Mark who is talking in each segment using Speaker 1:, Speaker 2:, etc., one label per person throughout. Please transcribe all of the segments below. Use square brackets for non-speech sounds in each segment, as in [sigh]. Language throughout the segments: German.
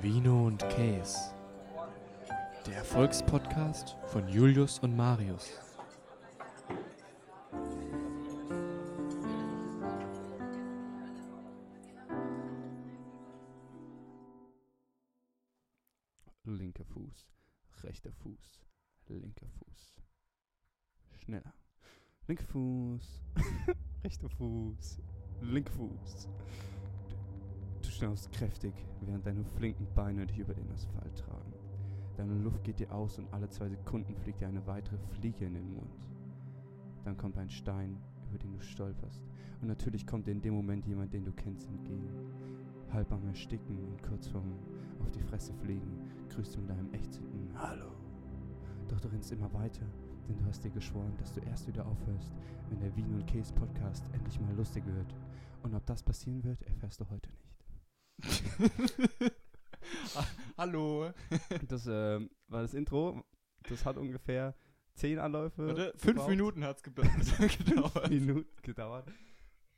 Speaker 1: Vino und Case. Der Erfolgspodcast von Julius und Marius.
Speaker 2: linker Fuß, rechter Fuß, linker Fuß. Schneller. Linker Fuß, [laughs] rechter Fuß, linker Fuß. Du, du schnaufst kräftig, während deine flinken Beine dich über den Asphalt tragen. Deine Luft geht dir aus und alle zwei Sekunden fliegt dir eine weitere Fliege in den Mund. Dann kommt ein Stein, über den du stolperst. Und natürlich kommt dir in dem Moment jemand, den du kennst, entgegen. Halb am Ersticken und kurz vorm auf die Fresse fliegen, grüßt du mit deinem ächzenden Hallo. Doch du rennst immer weiter, denn du hast dir geschworen, dass du erst wieder aufhörst, wenn der Wien und Case Podcast endlich mal lustig wird. Und ob das passieren wird, erfährst du heute nicht.
Speaker 3: [laughs] Hallo.
Speaker 2: [laughs] Das ähm, war das Intro. Das hat ungefähr zehn Anläufe.
Speaker 3: Warte, fünf
Speaker 2: gebraucht. [laughs]
Speaker 3: Minuten hat's Genau. gebe- gedauert.
Speaker 2: Minuten gedauert.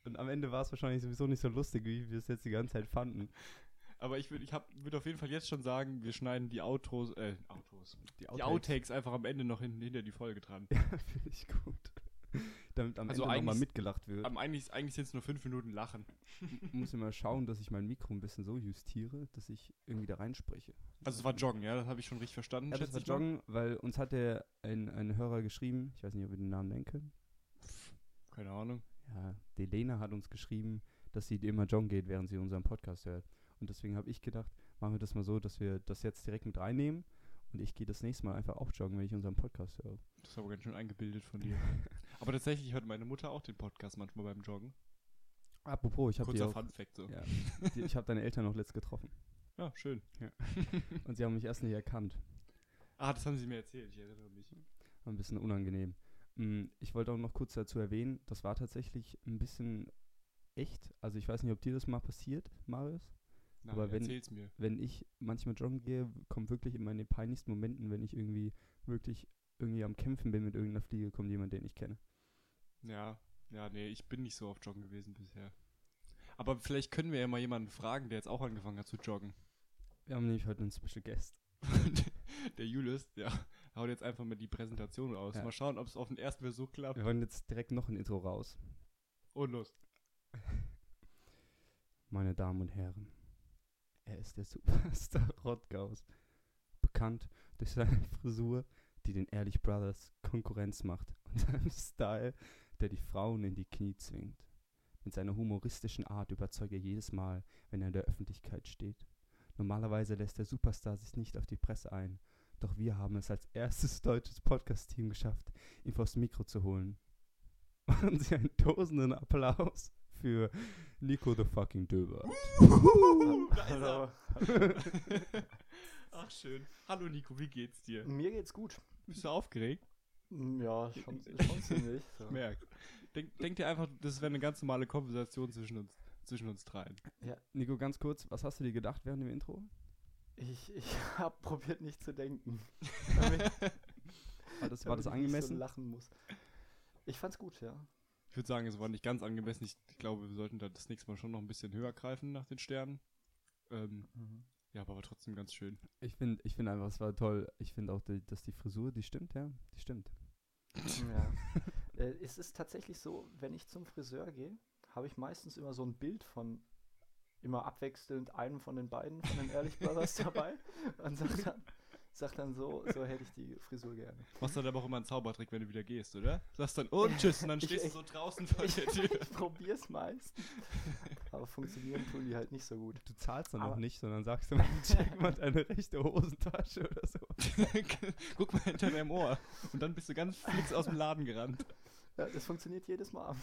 Speaker 2: Und am Ende war es wahrscheinlich sowieso nicht so lustig, wie wir es jetzt die ganze Zeit [laughs] fanden.
Speaker 3: Aber ich würde ich hab- würd auf jeden Fall jetzt schon sagen, wir schneiden die Outros, äh, Outros, die Outtakes, einfach am Ende noch hin, hinter die Folge dran.
Speaker 2: Finde ich gut. Damit am
Speaker 3: Also
Speaker 2: Ende nochmal
Speaker 3: eigentlich-
Speaker 2: mitgelacht wird.
Speaker 3: Am Ähm, eigentlich eigentlich sind es nur fünf Minuten Lachen.
Speaker 2: muss immer schauen, dass ich mein Mikro ein bisschen so justiere, dass ich irgendwie da reinspreche.
Speaker 3: Also es war Joggen, ja, das habe ich schon richtig verstanden.
Speaker 2: Ja, das
Speaker 3: schätze
Speaker 2: war
Speaker 3: ich mal.
Speaker 2: Joggen, weil uns hat der ein, ein Hörer geschrieben, ich weiß nicht, ob wir den Namen nennen können.
Speaker 3: Keine Ahnung.
Speaker 2: Ja, die Lena hat uns geschrieben, dass sie immer joggen geht, während sie unseren Podcast hört. Und deswegen habe ich gedacht, machen wir das mal so, dass wir das jetzt direkt mit reinnehmen und ich gehe das nächste Mal einfach auch joggen, wenn ich unseren Podcast höre.
Speaker 3: Das ist aber ganz schön eingebildet
Speaker 2: [laughs]
Speaker 3: von dir. aber tatsächlich hört meine Mutter auch den Podcast manchmal beim Joggen.
Speaker 2: Apropos, ich habe die
Speaker 3: Kurzer
Speaker 2: auch,
Speaker 3: Fun Fact so.
Speaker 2: Ja. die, ich habe deine Eltern noch letzt getroffen
Speaker 3: Ja, schön.
Speaker 2: und sie haben mich erst nicht erkannt.
Speaker 3: Ah, das haben sie mir erzählt, ich erinnere mich.
Speaker 2: War ein bisschen unangenehm. Mm, Ich wollte auch noch kurz dazu erwähnen, das war tatsächlich ein bisschen echt. Also ich weiß nicht, ob dir das mal passiert, Marius.
Speaker 3: Na,
Speaker 2: Aber wenn-
Speaker 3: erzähl's mir.
Speaker 2: Wenn ich manchmal joggen gehe, kommt wirklich in meine peinlichsten Momenten, wenn ich irgendwie wirklich irgendwie am Kämpfen bin mit irgendeiner Fliege, kommt jemand, den ich kenne.
Speaker 3: Ja, ja, nee, ich bin nicht so auf Joggen gewesen bisher. Aber vielleicht können wir ja mal jemanden fragen, der jetzt auch angefangen hat zu joggen. [laughs]
Speaker 2: Wir haben nämlich heute einen Special Guest.
Speaker 3: der Julius, der haut jetzt einfach mal die Präsentation raus.
Speaker 2: Ja.
Speaker 3: Mal schauen, ob es auf den ersten Versuch klappt.
Speaker 2: Wir wollen jetzt direkt noch ein Intro raus.
Speaker 3: Und [laughs] los.
Speaker 2: Meine Damen und Herren, er ist der [laughs] Superstar Rottgaus. Bekannt durch seine [laughs] Frisur, die den Ehrlich Brothers Konkurrenz macht [laughs] und seinem Style, der die Frauen in die Knie zwingt. Mit seiner humoristischen Art überzeugt er jedes Mal, wenn er in der Öffentlichkeit steht. Normalerweise lässt der Superstar sich nicht auf die Presse ein, doch wir haben es als erstes [laughs] deutsches Podcast-Team geschafft, ihn vors Mikro zu holen. [laughs] Machen Sie einen tosenden Applaus für Nico the fucking Döber.
Speaker 3: da ist er. Ach, schön. Hallo Nico, wie geht's dir?
Speaker 4: Mir geht's gut.
Speaker 3: Bist du aufgeregt?
Speaker 4: Mm, Ja, schon, schon ziemlich. So.
Speaker 3: Merk. Denk, denk dir einfach, das wäre eine ganz normale Konversation zwischen uns, zwischen uns dreien.
Speaker 2: Nico, ganz kurz, was hast du dir gedacht während dem Intro?
Speaker 4: Ich, [laughs] ich habe probiert nicht zu denken. damit,
Speaker 2: War das, war das
Speaker 4: damit ich nicht
Speaker 2: angemessen?
Speaker 4: So lachen muss. Ich fand's gut, ja.
Speaker 3: Ich würde sagen, es war nicht ganz angemessen. Ich glaube, wir sollten da das nächste Mal schon noch ein bisschen höher greifen nach den Sternen. Ähm, ja, aber war trotzdem ganz schön.
Speaker 2: ich finde ich find einfach, es war toll. Ich finde auch, die, dass die Frisur, die stimmt, ja, die stimmt.
Speaker 4: ja. Äh, es ist tatsächlich so, wenn ich zum Friseur gehe, habe ich meistens immer so ein Bild von immer abwechselnd einem von den beiden, von den Ehrlich Brothers dabei und sag dann, sag dann so, so hätte ich die Frisur gerne.
Speaker 3: Machst dann aber auch immer einen Zaubertrick, wenn du wieder gehst, oder? Sagst dann, und tschüss, und dann
Speaker 4: Ich-
Speaker 3: stehst du
Speaker 4: ich-
Speaker 3: so draußen vor
Speaker 4: Ich,
Speaker 3: der Tür. [laughs]
Speaker 4: ich probier's meist, aber funktionieren tun die halt nicht so gut.
Speaker 2: Du zahlst dann auch
Speaker 4: Aber-
Speaker 2: nicht, sondern sagst immer,
Speaker 4: [laughs]
Speaker 2: check mal deine rechte Hosentasche oder so.
Speaker 3: Guck mal hinter deinem Ohr. Und dann bist du ganz fix aus dem Laden gerannt.
Speaker 4: Ja, das funktioniert jedes Mal.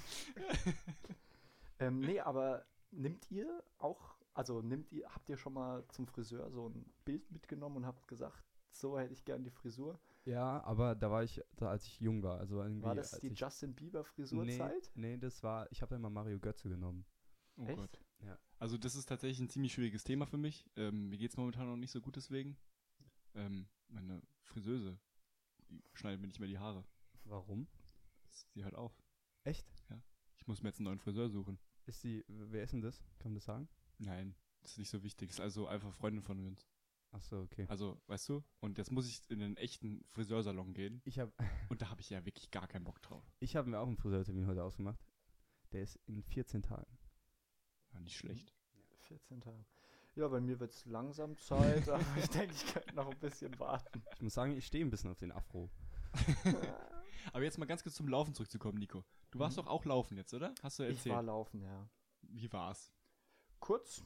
Speaker 4: ähm, nee, aber nimmt ihr auch, also nimmt ihr, habt ihr schon mal zum Friseur so ein Bild mitgenommen und habt gesagt, so hätte ich gern die Frisur?
Speaker 2: Ja, aber da war ich, da, als ich jung war. Also irgendwie,
Speaker 4: War das
Speaker 2: als
Speaker 4: die
Speaker 2: ich,
Speaker 4: Justin Bieber
Speaker 2: nee,
Speaker 4: Frisurzeit?
Speaker 2: nee, das war, ich habe da immer Mario Götze genommen.
Speaker 3: Oh
Speaker 4: Echt?
Speaker 3: Gott.
Speaker 2: Ja.
Speaker 3: Also das ist tatsächlich ein ziemlich schwieriges Thema für mich. Ähm, mir geht's momentan noch nicht so gut deswegen. Ähm, meine Friseuse, die schneidet mir nicht mehr die Haare.
Speaker 2: Warum?
Speaker 3: Sie hört auf.
Speaker 2: Echt?
Speaker 3: Ich muss mir jetzt einen neuen Friseur suchen.
Speaker 2: Ist die, wer ist denn das? Kann man das sagen?
Speaker 3: Nein, Das ist nicht so wichtig. Ist also einfach Freundin von uns.
Speaker 2: Achso, okay.
Speaker 3: Also, weißt du? Und jetzt muss ich in den echten Friseursalon gehen.
Speaker 2: Ich habe
Speaker 3: Und da habe ich ja wirklich gar keinen Bock drauf.
Speaker 2: [laughs] ich hab mir auch einen Friseurtermin heute ausgemacht. Der ist in 14 Tagen.
Speaker 3: Ja, nicht schlecht.
Speaker 4: 14 Tage. Ja, bei mir wird es langsam Zeit, aber ich denke, ich könnte noch ein bisschen warten.
Speaker 2: Ich muss sagen, ich stehe ein bisschen auf den Afro.
Speaker 3: Aber jetzt mal ganz kurz zum Laufen zurückzukommen, Nico. Du warst doch auch laufen jetzt, oder? Hast du
Speaker 4: Mhm. Ich
Speaker 3: erzählt.
Speaker 4: war laufen, ja.
Speaker 3: Wie war's?
Speaker 4: Kurz,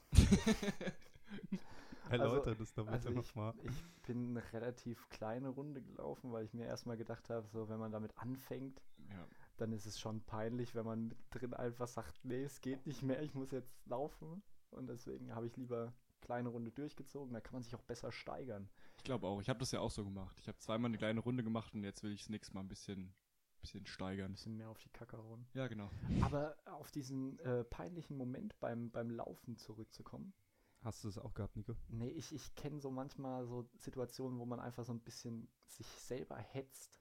Speaker 2: Erläutert das damit
Speaker 4: also
Speaker 2: einfach mal.
Speaker 4: ich bin eine relativ kleine Runde gelaufen, weil ich mir erstmal gedacht habe, so wenn man damit anfängt,
Speaker 3: Ja.
Speaker 4: dann ist es schon peinlich, wenn man mittendrin einfach sagt, nee, es geht nicht mehr, ich muss jetzt laufen. Und deswegen habe ich lieber kleine Runde durchgezogen, da kann man sich auch besser steigern.
Speaker 3: Ich glaube auch. Ich habe das ja auch so gemacht. Ich habe zweimal eine kleine Runde gemacht und jetzt will ich das nächste Mal ein bisschen, bisschen
Speaker 4: Ein
Speaker 3: steigern.
Speaker 4: bisschen mehr auf die Kacke hauen.
Speaker 3: Ja, genau.
Speaker 4: Aber auf diesen äh, peinlichen Moment beim, beim Laufen zurückzukommen,
Speaker 2: Hast du es auch gehabt, Nico?
Speaker 4: Nee, ich, ich kenne so manchmal so Situationen, wo man einfach so ein bisschen sich selber hetzt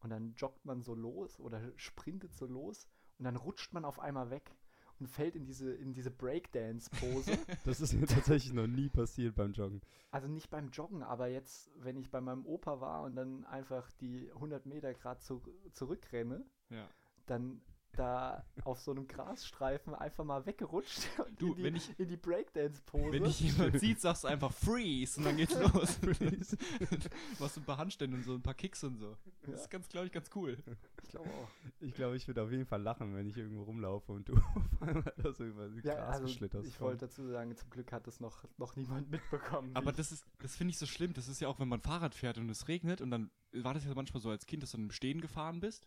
Speaker 4: und dann joggt man so los oder sprintet so los und dann rutscht man auf einmal weg und fällt in diese, in diese Breakdance-Pose.
Speaker 2: Das ist mir [laughs] tatsächlich noch nie passiert beim Joggen.
Speaker 4: also nicht beim Joggen, aber jetzt, wenn ich bei meinem Opa war und dann einfach die 100 Meter gerade zu, zurückrenne,
Speaker 3: Ja.
Speaker 4: dann da auf so einem Grasstreifen einfach mal weggerutscht [laughs] und
Speaker 3: Du,
Speaker 4: in die,
Speaker 3: wenn ich-
Speaker 4: in die Breakdance-Pose.
Speaker 3: Wenn dich jemand sieht, sagst du einfach Freeze und dann
Speaker 4: [laughs]
Speaker 3: geht's los. [laughs] Machst du ein paar Handstände und so, ein paar Kicks und so. Das
Speaker 4: Ja.
Speaker 3: ist ganz, glaube ich, ganz cool.
Speaker 4: ich glaube auch.
Speaker 2: Ich glaube, ich würde auf jeden Fall lachen, wenn ich irgendwo rumlaufe und du [laughs] auf einmal da so über das
Speaker 4: Ja,
Speaker 2: Gras
Speaker 4: also
Speaker 2: geschlittert
Speaker 4: ich
Speaker 2: komm.
Speaker 4: wollte dazu sagen, zum Glück hat das noch, noch niemand mitbekommen. wie
Speaker 3: Aber
Speaker 4: ich-
Speaker 3: das ist, das finde ich so schlimm. Das ist ja auch, wenn man Fahrrad fährt und es regnet und dann war das ja manchmal so als Kind, dass du dann im Stehen gefahren bist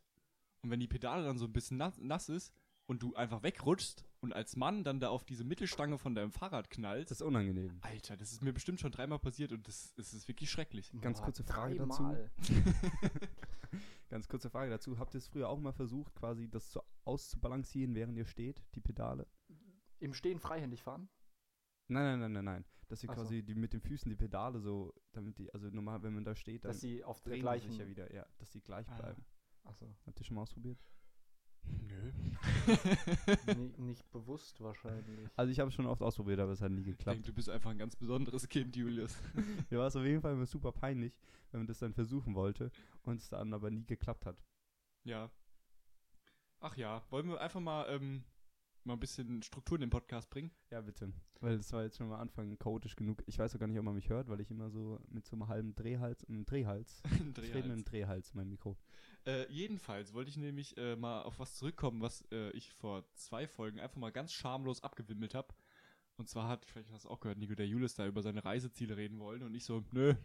Speaker 3: und wenn die Pedale dann so ein bisschen nass, nass ist und du einfach wegrutschst und als Mann dann da auf diese Mittelstange von deinem Fahrrad knallst.
Speaker 2: Das ist unangenehm.
Speaker 3: Alter, das ist mir bestimmt schon dreimal passiert und das, das ist wirklich
Speaker 2: [laughs]
Speaker 3: schrecklich.
Speaker 2: ganz
Speaker 4: Boah,
Speaker 2: kurze Frage dazu.
Speaker 4: dreimal.
Speaker 2: Ganz kurze Frage dazu. Habt ihr es früher auch mal versucht, quasi das so auszubalancieren, während ihr steht, die Pedale?
Speaker 4: Im Stehen freihändig fahren?
Speaker 2: Nein, nein, nein, nein, nein. Dass ihr
Speaker 4: Ach so.
Speaker 2: quasi die, mit den Füßen die Pedale so, damit die, also normal, wenn man da steht, dann
Speaker 4: Dass sie auf der
Speaker 2: drehen die
Speaker 4: gleichen.
Speaker 2: sich ja wieder, ja, dass die gleich
Speaker 3: Ah.
Speaker 2: bleiben.
Speaker 4: Achso,
Speaker 2: Habt ihr schon mal ausprobiert?
Speaker 3: Nö.
Speaker 4: ni- nicht bewusst wahrscheinlich.
Speaker 2: [laughs] Also ich habe es schon oft ausprobiert, aber es hat nie
Speaker 3: Ich denke,
Speaker 2: geklappt.
Speaker 3: du bist einfach ein ganz besonderes Kind, Julius.
Speaker 2: Mir war es auf jeden Fall immer super peinlich, wenn man das dann versuchen wollte und es dann aber nie geklappt hat.
Speaker 3: Ja. Ach ja, wollen wir einfach mal, ähm, mal ein bisschen Struktur in den Podcast bringen? [laughs]
Speaker 2: Ja, bitte. Weil das war jetzt schon am Anfang chaotisch genug. Ich weiß auch gar nicht, ob man mich hört, weil ich immer so mit so einem halben Drehhals, einem
Speaker 3: [laughs]
Speaker 2: Drehhals, ich rede mit einem Drehhals, mein Mikro.
Speaker 3: Äh, jedenfalls wollte ich nämlich äh, mal auf was zurückkommen, was äh, ich vor zwei Folgen einfach mal ganz schamlos abgewimmelt habe. Und zwar hat, vielleicht hast du auch gehört, Nico der Julius da über seine Reiseziele reden wollen und ich so, nö,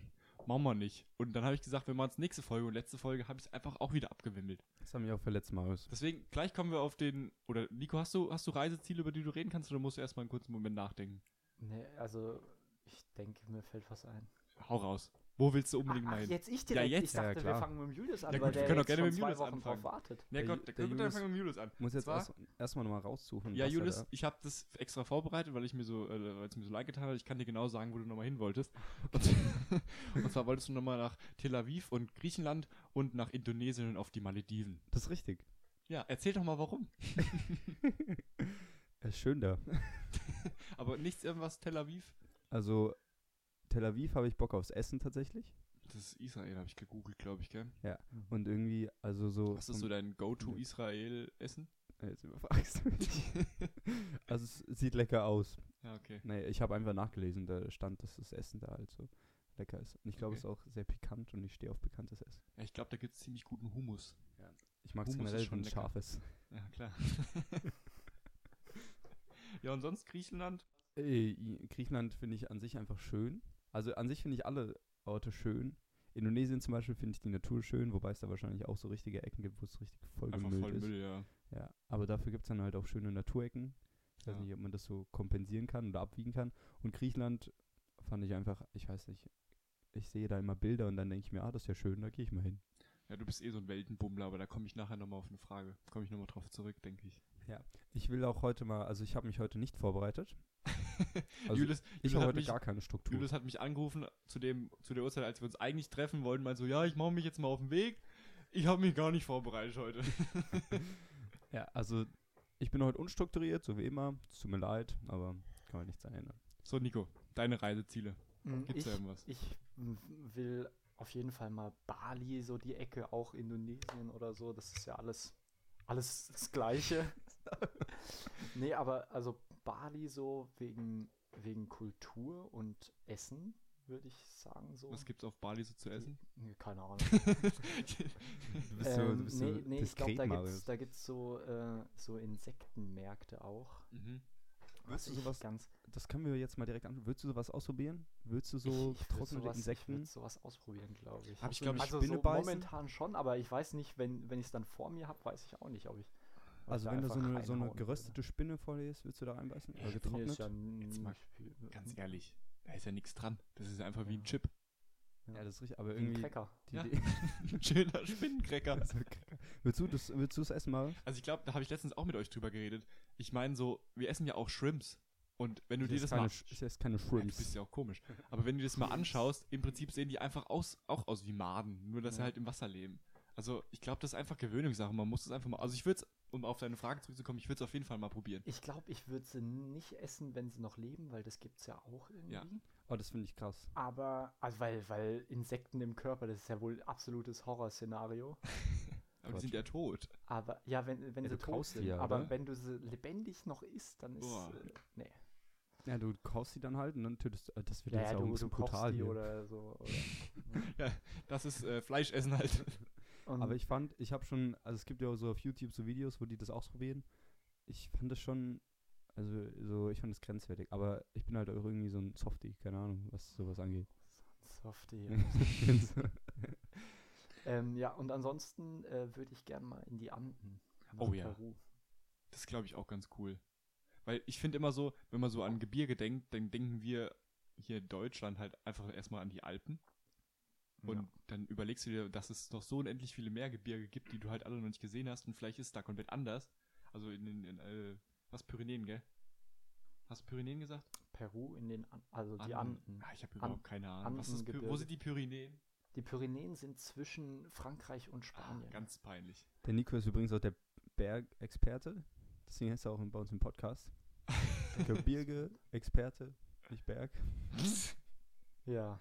Speaker 3: machen wir nicht. Und dann habe ich gesagt, wir machen es nächste Folge und letzte Folge habe ich es einfach auch wieder abgewimmelt.
Speaker 2: Das haben wir auch verletzt, Marius.
Speaker 3: Deswegen, gleich kommen wir auf den, oder Nico, hast du, hast du Reiseziele, über die du reden kannst oder musst du erstmal einen kurzen Moment nachdenken?
Speaker 4: Nee, also ich denke, mir fällt was ein.
Speaker 3: Hau raus. Wo willst du unbedingt mal
Speaker 4: Ach,
Speaker 3: hin?
Speaker 4: jetzt ich direkt.
Speaker 2: jetzt.
Speaker 4: ich
Speaker 2: Ja,
Speaker 4: dachte, wir
Speaker 2: klar.
Speaker 4: fangen mit dem Julius an,
Speaker 3: Ja,
Speaker 4: weil
Speaker 3: gut, wir
Speaker 4: der
Speaker 3: können auch
Speaker 4: jetzt
Speaker 3: gerne
Speaker 4: schon
Speaker 3: mit dem
Speaker 4: zwei
Speaker 3: Julius
Speaker 4: Wochen
Speaker 3: anfangen.
Speaker 4: drauf wartet.
Speaker 3: Na
Speaker 2: Der Ju-
Speaker 3: Gott,
Speaker 2: der
Speaker 3: der Julius.
Speaker 2: Julius-
Speaker 3: fangen wir mit Julius an.
Speaker 2: Muss jetzt
Speaker 3: Zwar-
Speaker 2: erst- erstmal nochmal raussuchen.
Speaker 3: Ja,
Speaker 2: was er
Speaker 3: Julius,
Speaker 2: da-
Speaker 3: ich habe das extra vorbereitet, weil ich mir so, äh, weil es mir so leid getan hat. Ich kann dir genau sagen, wo du nochmal
Speaker 2: [laughs]
Speaker 3: hin wolltest. Und, [laughs] und zwar wolltest du nochmal nach Tel Aviv und Griechenland und nach Indonesien und auf die Malediven.
Speaker 2: Das ist richtig. [laughs]
Speaker 3: Ja, erzähl doch mal warum.
Speaker 2: Er ist Äh, schön da.
Speaker 3: Aber nichts irgendwas Tel Aviv.
Speaker 2: Also, Tel Aviv habe ich Bock aufs Essen tatsächlich.
Speaker 3: Das ist Israel, habe ich gegoogelt, glaube ich, gell?
Speaker 2: Und irgendwie, also so.
Speaker 3: Was ist so
Speaker 2: vom-
Speaker 3: dein Go-To-Israel-Essen?
Speaker 2: Äh, Jetzt überfragst du mich.
Speaker 3: [laughs]
Speaker 2: also, es sieht lecker aus.
Speaker 3: Ja, Ah, okay.
Speaker 2: Nee, ich habe einfach nachgelesen, da stand, dass das Essen da halt so lecker ist. Und ich glaube, es ist auch sehr pikant und ich stehe auf pikantes Essen.
Speaker 3: Ja, ich glaube, da gibt es ziemlich guten Humus.
Speaker 2: Ich mag es
Speaker 3: Hummus ist
Speaker 2: generell,
Speaker 3: schon
Speaker 2: wenn es
Speaker 3: lecker.
Speaker 2: scharf ist.
Speaker 3: Ja, [laughs] klar. ja, und sonst Griechenland?
Speaker 2: Äh, i- Griechenland finde ich an sich einfach schön. Also an sich finde ich alle Orte schön. Indonesien zum Beispiel finde ich die Natur schön, wobei es da wahrscheinlich auch so richtige Ecken gibt, wo es richtig
Speaker 3: Einfach
Speaker 2: vollgemüllt
Speaker 3: voll
Speaker 2: ist.
Speaker 3: Müll, ja.
Speaker 2: Ja, aber dafür gibt es dann halt auch schöne Naturecken. Ich weiß
Speaker 3: Ja.
Speaker 2: nicht, ob man das so kompensieren kann oder abwiegen kann. Und Griechenland fand ich einfach, ich weiß nicht, ich sehe da immer Bilder und dann denke ich mir, ah, das ist ja schön, da gehe ich mal hin.
Speaker 3: Ja, du bist eh so ein Weltenbummler, aber da komme ich nachher nochmal auf eine Frage. Komme ich nochmal drauf zurück, denke ich.
Speaker 2: Ich will auch heute mal, also ich habe mich heute nicht vorbereitet. Also
Speaker 3: Julius,
Speaker 2: ich
Speaker 3: Julius,
Speaker 2: habe
Speaker 3: hat
Speaker 2: heute
Speaker 3: mich,
Speaker 2: gar keine Struktur.
Speaker 3: Julius hat mich angerufen zu, dem, zu der Uhrzeit, als wir uns eigentlich treffen wollten, meinte so, ja, ich mache mich jetzt mal auf den Weg. Ich habe mich gar nicht vorbereitet heute.
Speaker 2: Ja, also ich bin heute unstrukturiert, so wie immer. Es tut mir leid, aber kann man nichts daran ändern.
Speaker 3: So, Nico, deine Reiseziele.
Speaker 4: Mm,
Speaker 3: Gibt's
Speaker 4: ich,
Speaker 3: da irgendwas?
Speaker 4: ich w- will auf jeden Fall mal Bali, so die Ecke, auch Indonesien oder so. Das ist ja alles, alles das [laughs] Gleiche. nee, aber also Bali so wegen, wegen Kultur und Essen, würde ich sagen. So.
Speaker 3: Was gibt's auf Bali so zu
Speaker 4: [laughs]
Speaker 3: essen?
Speaker 4: Nee, keine Ahnung.
Speaker 2: Du bist so, du
Speaker 4: Ähm,
Speaker 2: bist so
Speaker 4: nee, nee, ich glaube,
Speaker 2: diskret,
Speaker 4: da gibt es
Speaker 2: Marius.
Speaker 4: da gibt's so, äh, so Insektenmärkte auch.
Speaker 3: mhm.
Speaker 2: Würdest du
Speaker 4: Ich
Speaker 2: sowas,
Speaker 4: ganz,
Speaker 2: das können wir jetzt mal direkt an. Würdest du sowas ausprobieren? Würdest du so
Speaker 4: ich, ich würd
Speaker 2: trockene
Speaker 4: sowas, Ich
Speaker 2: Insekten?
Speaker 4: würd sowas ausprobieren, glaube ich.
Speaker 3: Hab ich, glaube ich,
Speaker 4: Also
Speaker 2: Spinne
Speaker 4: so
Speaker 2: beißen?
Speaker 4: momentan schon, aber ich weiß nicht, wenn, wenn ich es dann vor mir habe, weiß ich auch nicht, ob ich. ob ich
Speaker 2: Also
Speaker 4: da
Speaker 2: wenn du so
Speaker 4: einfach
Speaker 2: eine, so eine
Speaker 4: reinhauen würde.
Speaker 2: geröstete Spinne vor dir ist, würdest du da reinbeißen? Oder
Speaker 4: Spinne
Speaker 2: getrocknet?
Speaker 4: Ist ja
Speaker 3: Jetzt mal
Speaker 4: nicht viel- äh,
Speaker 3: Ganz ehrlich, da ist ja nichts dran. Das ist einfach wie ein
Speaker 4: Ja.
Speaker 3: Chip. [laughs]
Speaker 2: ja, das ist richtig, aber
Speaker 4: wie ein
Speaker 2: irgendwie
Speaker 4: Cracker.
Speaker 2: die
Speaker 3: Ja.
Speaker 2: Idee.
Speaker 3: Ein schöner Spinnencracker.
Speaker 2: So Cracker. Willst du das, willst du das essen, Marius?
Speaker 3: Also ich glaube, da habe ich letztens auch mit euch drüber geredet. Ich meine so, wir essen ja auch Shrimps. Und wenn du
Speaker 2: Ich
Speaker 3: dir
Speaker 2: esse
Speaker 3: das
Speaker 2: keine,
Speaker 3: mal...
Speaker 2: Sch- Ich esse keine
Speaker 3: Ja, du
Speaker 2: Shrimps.
Speaker 3: bist ja auch komisch. Aber wenn du dir das mal anschaust, im Prinzip sehen die einfach aus, auch aus wie Maden. Nur, dass sie
Speaker 4: Ja.
Speaker 3: halt im Wasser leben. Also ich glaube, das ist einfach Gewöhnungssache. Man muss es einfach mal... Also ich würde es, um auf deine Frage zurückzukommen, ich würde es auf jeden Fall mal probieren.
Speaker 4: Ich glaube, ich würde sie nicht essen, wenn sie noch leben, weil das gibt es ja auch irgendwie.
Speaker 2: Oh, das finde ich krass.
Speaker 4: Aber, also weil, weil Insekten im Körper, das ist ja wohl absolutes Horrorszenario.
Speaker 3: Aber die
Speaker 2: Quatsch.
Speaker 3: sind ja tot.
Speaker 4: Aber ja, wenn, wenn
Speaker 2: Ja,
Speaker 4: sie
Speaker 2: du
Speaker 4: tot
Speaker 2: kaust die
Speaker 4: sind,
Speaker 2: ja,
Speaker 4: aber
Speaker 2: oder?
Speaker 4: wenn du sie lebendig noch isst, dann ist
Speaker 3: Boah.
Speaker 4: äh, nee.
Speaker 2: Ja, du kaufst die dann halt und dann tötest du. äh, Das wird
Speaker 4: Ja,
Speaker 2: jetzt
Speaker 4: ja,
Speaker 2: auch ein
Speaker 4: du,
Speaker 2: bisschen
Speaker 4: du kochst
Speaker 2: brutal.
Speaker 4: die
Speaker 2: hier.
Speaker 4: oder so. Oder.
Speaker 3: Das ist äh, Fleischessen halt. [laughs]
Speaker 4: Und
Speaker 2: Aber ich fand, ich habe schon, also es gibt ja so auf YouTube so Videos, wo die das ausprobieren. Ich fand das schon, also so, ich fand das grenzwertig. Aber ich bin halt auch irgendwie so ein Softie, keine Ahnung, was sowas angeht.
Speaker 4: Softie.
Speaker 2: [laughs] Kannst
Speaker 4: ähm, ja, und ansonsten äh, würde ich gerne mal in die Anden. nach
Speaker 3: Oh ja.
Speaker 4: Peru.
Speaker 3: Das glaube ich auch ganz cool. Weil ich finde immer so, wenn man so an Gebirge denkt, dann denken wir hier in Deutschland halt einfach erstmal an die Alpen. Und dann überlegst du dir, dass es doch so unendlich viele Meergebirge gibt, die du halt alle noch nicht gesehen hast und vielleicht ist es da komplett anders. Also in den, in, äh, was Pyrenäen, gell? Hast du Pyrenäen gesagt?
Speaker 4: Peru in den, An also die Anden.
Speaker 3: Ah, ich habe überhaupt keine Ahnung. was ist Py- wo
Speaker 4: Andengebirge.
Speaker 3: sind die Pyrenäen?
Speaker 4: Die Pyrenäen sind zwischen Frankreich und
Speaker 3: Ah,
Speaker 4: Spanien.
Speaker 3: ganz peinlich. [laughs]
Speaker 2: Der Nico ist übrigens auch der Bergexperte. Deswegen heißt er auch bei uns im Podcast. [laughs] Gebirge, Experte, nicht Berg.
Speaker 4: ja.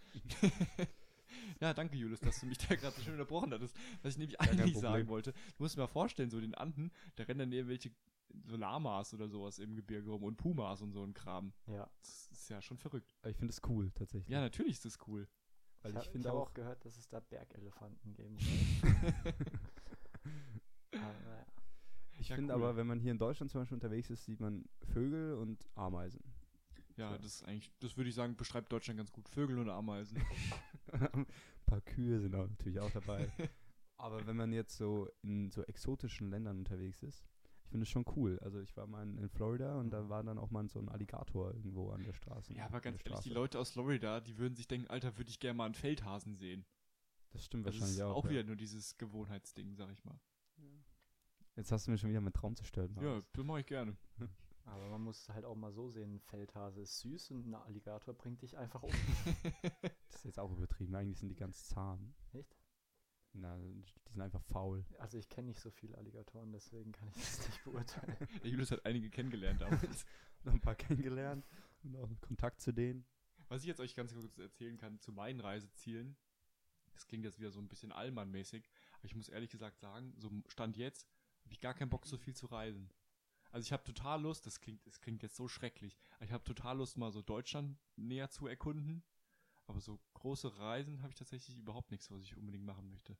Speaker 3: Ja, danke, Julius, dass du mich da gerade so schön unterbrochen hattest. Was ich nämlich
Speaker 2: kein
Speaker 3: eigentlich
Speaker 2: Problem.
Speaker 3: sagen wollte. Du musst dir mal vorstellen, so in den Anden, da rennen dann irgendwelche so Lamas oder sowas im Gebirge rum und Pumas und so ein Kram.
Speaker 4: Ja.
Speaker 3: Das ist ja schon verrückt.
Speaker 2: Aber ich finde es cool, tatsächlich.
Speaker 3: Ja, natürlich ist das cool. [laughs]
Speaker 2: weil
Speaker 4: ich
Speaker 2: ich,
Speaker 4: hab- ich
Speaker 2: finde
Speaker 4: habe
Speaker 2: auch,
Speaker 4: auch gehört, dass es da Bergelefanten geben
Speaker 3: [laughs]
Speaker 4: soll. Aber, naja.
Speaker 2: ich
Speaker 3: Ja,
Speaker 2: finde
Speaker 3: cool.
Speaker 2: aber, wenn man hier in Deutschland zum Beispiel unterwegs ist, sieht man Vögel und Ameisen.
Speaker 3: Ja,
Speaker 2: Tja.
Speaker 3: das ist eigentlich, das würde ich sagen, beschreibt Deutschland ganz gut. Vögel und Ameisen.
Speaker 2: [laughs] Ein paar Kühe sind auch natürlich auch
Speaker 3: [laughs]
Speaker 2: dabei. Aber wenn man jetzt so in so exotischen Ländern unterwegs ist, ich finde es schon cool. Also ich war mal in, in Florida und da war dann auch mal so ein Alligator irgendwo an der Straße.
Speaker 3: Mhm. Ja,
Speaker 2: an
Speaker 3: aber ganz
Speaker 2: der
Speaker 3: ehrlich, die
Speaker 2: Straße.
Speaker 3: Leute aus Florida, die würden sich denken, Alter, würde ich gerne mal einen Feldhasen sehen.
Speaker 2: Das stimmt
Speaker 3: Das
Speaker 2: wahrscheinlich
Speaker 3: ist
Speaker 2: auch.
Speaker 3: auch
Speaker 2: ja.
Speaker 3: wieder nur dieses Gewohnheitsding, sag ich mal.
Speaker 2: Jetzt hast du mir schon wieder meinen Traum zerstört.
Speaker 3: Ja,
Speaker 2: Marius.
Speaker 3: das mache ich gerne. [laughs]
Speaker 4: Aber man muss es halt auch mal so sehen, ein Feldhase ist süß und ein Alligator bringt dich einfach um.
Speaker 2: Das ist jetzt auch übertrieben. Eigentlich sind die ganz zahm.
Speaker 4: Echt?
Speaker 2: Na, die sind einfach faul. [laughs]
Speaker 4: Also ich kenne nicht so viele Alligatoren, deswegen kann ich das nicht [laughs] beurteilen.
Speaker 3: Der Julius hat einige kennengelernt damals.
Speaker 2: Noch ein paar kennengelernt und auch Kontakt zu denen.
Speaker 3: Was ich jetzt euch ganz kurz erzählen kann zu meinen Reisezielen, das klingt jetzt wieder so ein bisschen Allmann-mäßig, aber ich muss ehrlich gesagt sagen, so Stand jetzt habe ich gar keinen Bock, so viel zu reisen. Also ich habe total Lust, das klingt, das klingt jetzt so schrecklich, aber ich habe total Lust, mal so Deutschland näher zu erkunden, aber so große Reisen habe ich tatsächlich überhaupt nichts, was ich unbedingt machen möchte.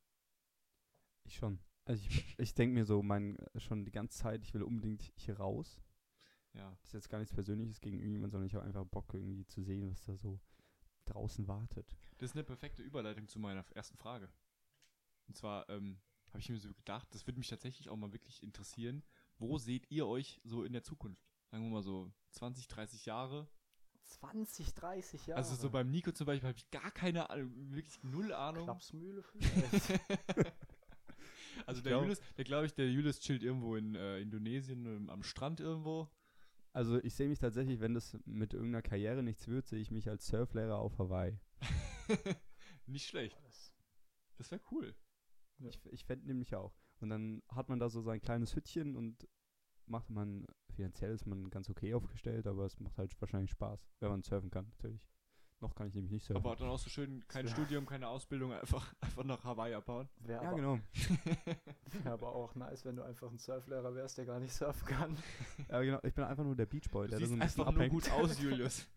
Speaker 2: Ich schon. Also ich, ich denke mir so, mein, schon die ganze Zeit, ich will unbedingt hier raus.
Speaker 3: Ja,
Speaker 2: Das ist jetzt gar nichts Persönliches gegen irgendjemanden, sondern ich habe einfach Bock, irgendwie zu sehen, was da so draußen wartet.
Speaker 3: das ist eine perfekte Überleitung zu meiner ersten Frage. Und zwar ähm, habe ich mir so gedacht, das würde mich tatsächlich auch mal wirklich interessieren. Wo seht ihr euch so in der Zukunft? Sagen wir mal so 20, 30 Jahre.
Speaker 4: 20, 30 Jahre.
Speaker 3: Also so beim Nico zum Beispiel habe ich gar keine Ahnung, wirklich null Ahnung.
Speaker 4: Klapsmühle vielleicht.
Speaker 3: [laughs] Also
Speaker 2: Ich
Speaker 3: der
Speaker 2: glaub-
Speaker 3: Julius, der glaube ich, der Julius chillt irgendwo in äh, Indonesien ähm, am Strand irgendwo.
Speaker 2: Also ich sehe mich tatsächlich, wenn das mit irgendeiner Karriere nichts wird, sehe ich mich als Surflehrer auf Hawaii.
Speaker 3: Nicht schlecht.
Speaker 4: [laughs] Alles.
Speaker 3: Das wäre cool.
Speaker 4: Ja.
Speaker 2: Ich, ich fände nämlich auch. Und dann hat man da so sein kleines Hüttchen und macht man finanziell ist man ganz okay aufgestellt, aber es macht halt wahrscheinlich Spaß, wenn man surfen kann, natürlich. Noch kann ich nämlich nicht surfen.
Speaker 3: Aber dann auch so schön, kein
Speaker 4: Ja.
Speaker 3: Studium, keine Ausbildung, einfach, [laughs] einfach nach Hawaii abhauen.
Speaker 4: Wäre
Speaker 2: ja,
Speaker 3: [laughs]
Speaker 4: aber,
Speaker 2: genau.
Speaker 4: wär [laughs] aber auch nice, wenn du einfach ein Surflehrer wärst, der gar nicht surfen kann.
Speaker 2: ja, genau. Ich bin einfach nur der Beachboy,
Speaker 3: Du
Speaker 2: der da so
Speaker 3: siehst
Speaker 2: ein bisschen
Speaker 3: einfach nur
Speaker 2: abhängt
Speaker 3: gut aus, Julius.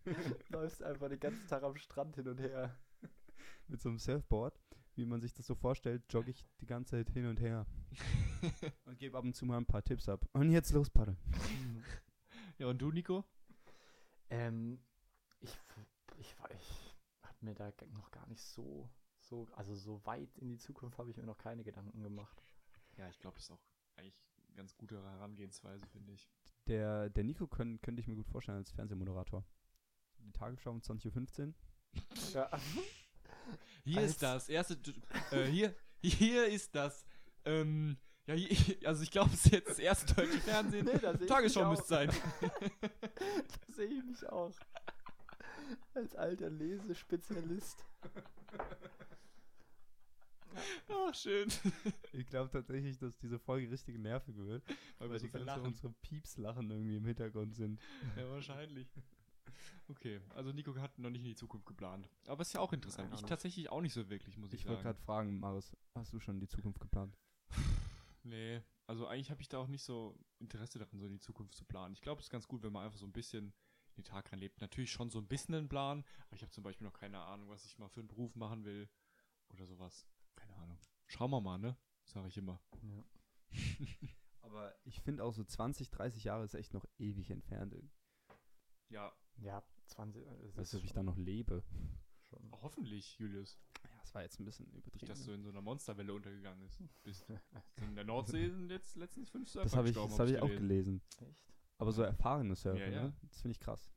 Speaker 4: Läufst einfach den ganzen Tag am Strand hin und her.
Speaker 2: mit so einem Surfboard. Wie man sich das so vorstellt, jogge ich die ganze Zeit hin und
Speaker 3: [laughs]
Speaker 2: her und gebe ab und zu mal ein paar Tipps ab. Und jetzt los, Paddel.
Speaker 3: ja, und du, Nico?
Speaker 4: Ähm, ich, ich, wa- ich habe mir da g- noch gar nicht so, so, also so weit in die Zukunft habe ich mir noch keine Gedanken gemacht.
Speaker 3: Ja, ich glaube, das ist auch eigentlich eine ganz gute Herangehensweise, finde ich.
Speaker 2: Der, der Nico können, könnte ich mir gut vorstellen als Fernsehmoderator. Die Tagesschau um 20.15 Uhr.
Speaker 4: Ja, [laughs]
Speaker 3: Hier ist
Speaker 4: Als-
Speaker 3: das erste. D- Äh, hier, hier ist das. Ähm, ja, hier, also ich glaube, es ist jetzt das erste deutsche [laughs] Fernsehen.
Speaker 4: nee, da sehe ich
Speaker 3: Tagesschau
Speaker 4: mich
Speaker 3: müsste sein.
Speaker 4: auch. Da sehe ich mich auch. Als alter Lesespezialist.
Speaker 3: [laughs] Ach, schön.
Speaker 2: Ich glaube tatsächlich, dass diese Folge richtig nervig wird,
Speaker 3: [laughs]
Speaker 2: weil,
Speaker 3: wir
Speaker 2: wir die
Speaker 3: so ganze
Speaker 2: ganze unsere Pieps-Lachen irgendwie im Hintergrund sind.
Speaker 3: Ja, wahrscheinlich. Okay, also Nico hat noch nicht in die Zukunft geplant. Aber ist ja auch interessant.
Speaker 4: Keine
Speaker 3: Ich
Speaker 4: Ahnung.
Speaker 3: tatsächlich auch nicht so wirklich, muss ich,
Speaker 2: Ich wollte
Speaker 3: sagen.
Speaker 2: gerade fragen, Maris, hast du schon die Zukunft geplant?
Speaker 3: Nee, also eigentlich habe ich da auch nicht so Interesse daran, so in die Zukunft zu planen. Ich glaube, es ist ganz gut, wenn man einfach so ein bisschen in den Tag reinlebt. Natürlich schon so ein bisschen einen Plan, aber ich habe zum Beispiel noch keine Ahnung, was ich mal für einen Beruf machen will oder sowas. Keine Ahnung. Schauen wir mal, ne? Sage ich immer.
Speaker 4: Ja.
Speaker 2: Aber ich finde auch so 20, 30 Jahre ist echt noch ewig entfernt.
Speaker 3: Ja,
Speaker 4: Ja, 20. äh, es
Speaker 2: Weißt
Speaker 4: ist
Speaker 2: du, ob ich da
Speaker 4: schon-
Speaker 2: noch lebe?
Speaker 4: schon.
Speaker 3: hoffentlich, Julius.
Speaker 2: Ja, das war jetzt ein bisschen
Speaker 3: Nicht,
Speaker 2: übertrieben. ne?
Speaker 3: dass du in so einer Monsterwelle untergegangen ist- [laughs] bist. In der Nordsee sind jetzt letztens fünf Surfer
Speaker 2: das habe ich,
Speaker 3: gestorben,
Speaker 2: das hab ich auch
Speaker 3: gelesen.
Speaker 2: gelesen.
Speaker 4: Echt?
Speaker 2: Aber so erfahrene Surfer,
Speaker 3: Ja, ja.
Speaker 2: ne? Das finde ich krass.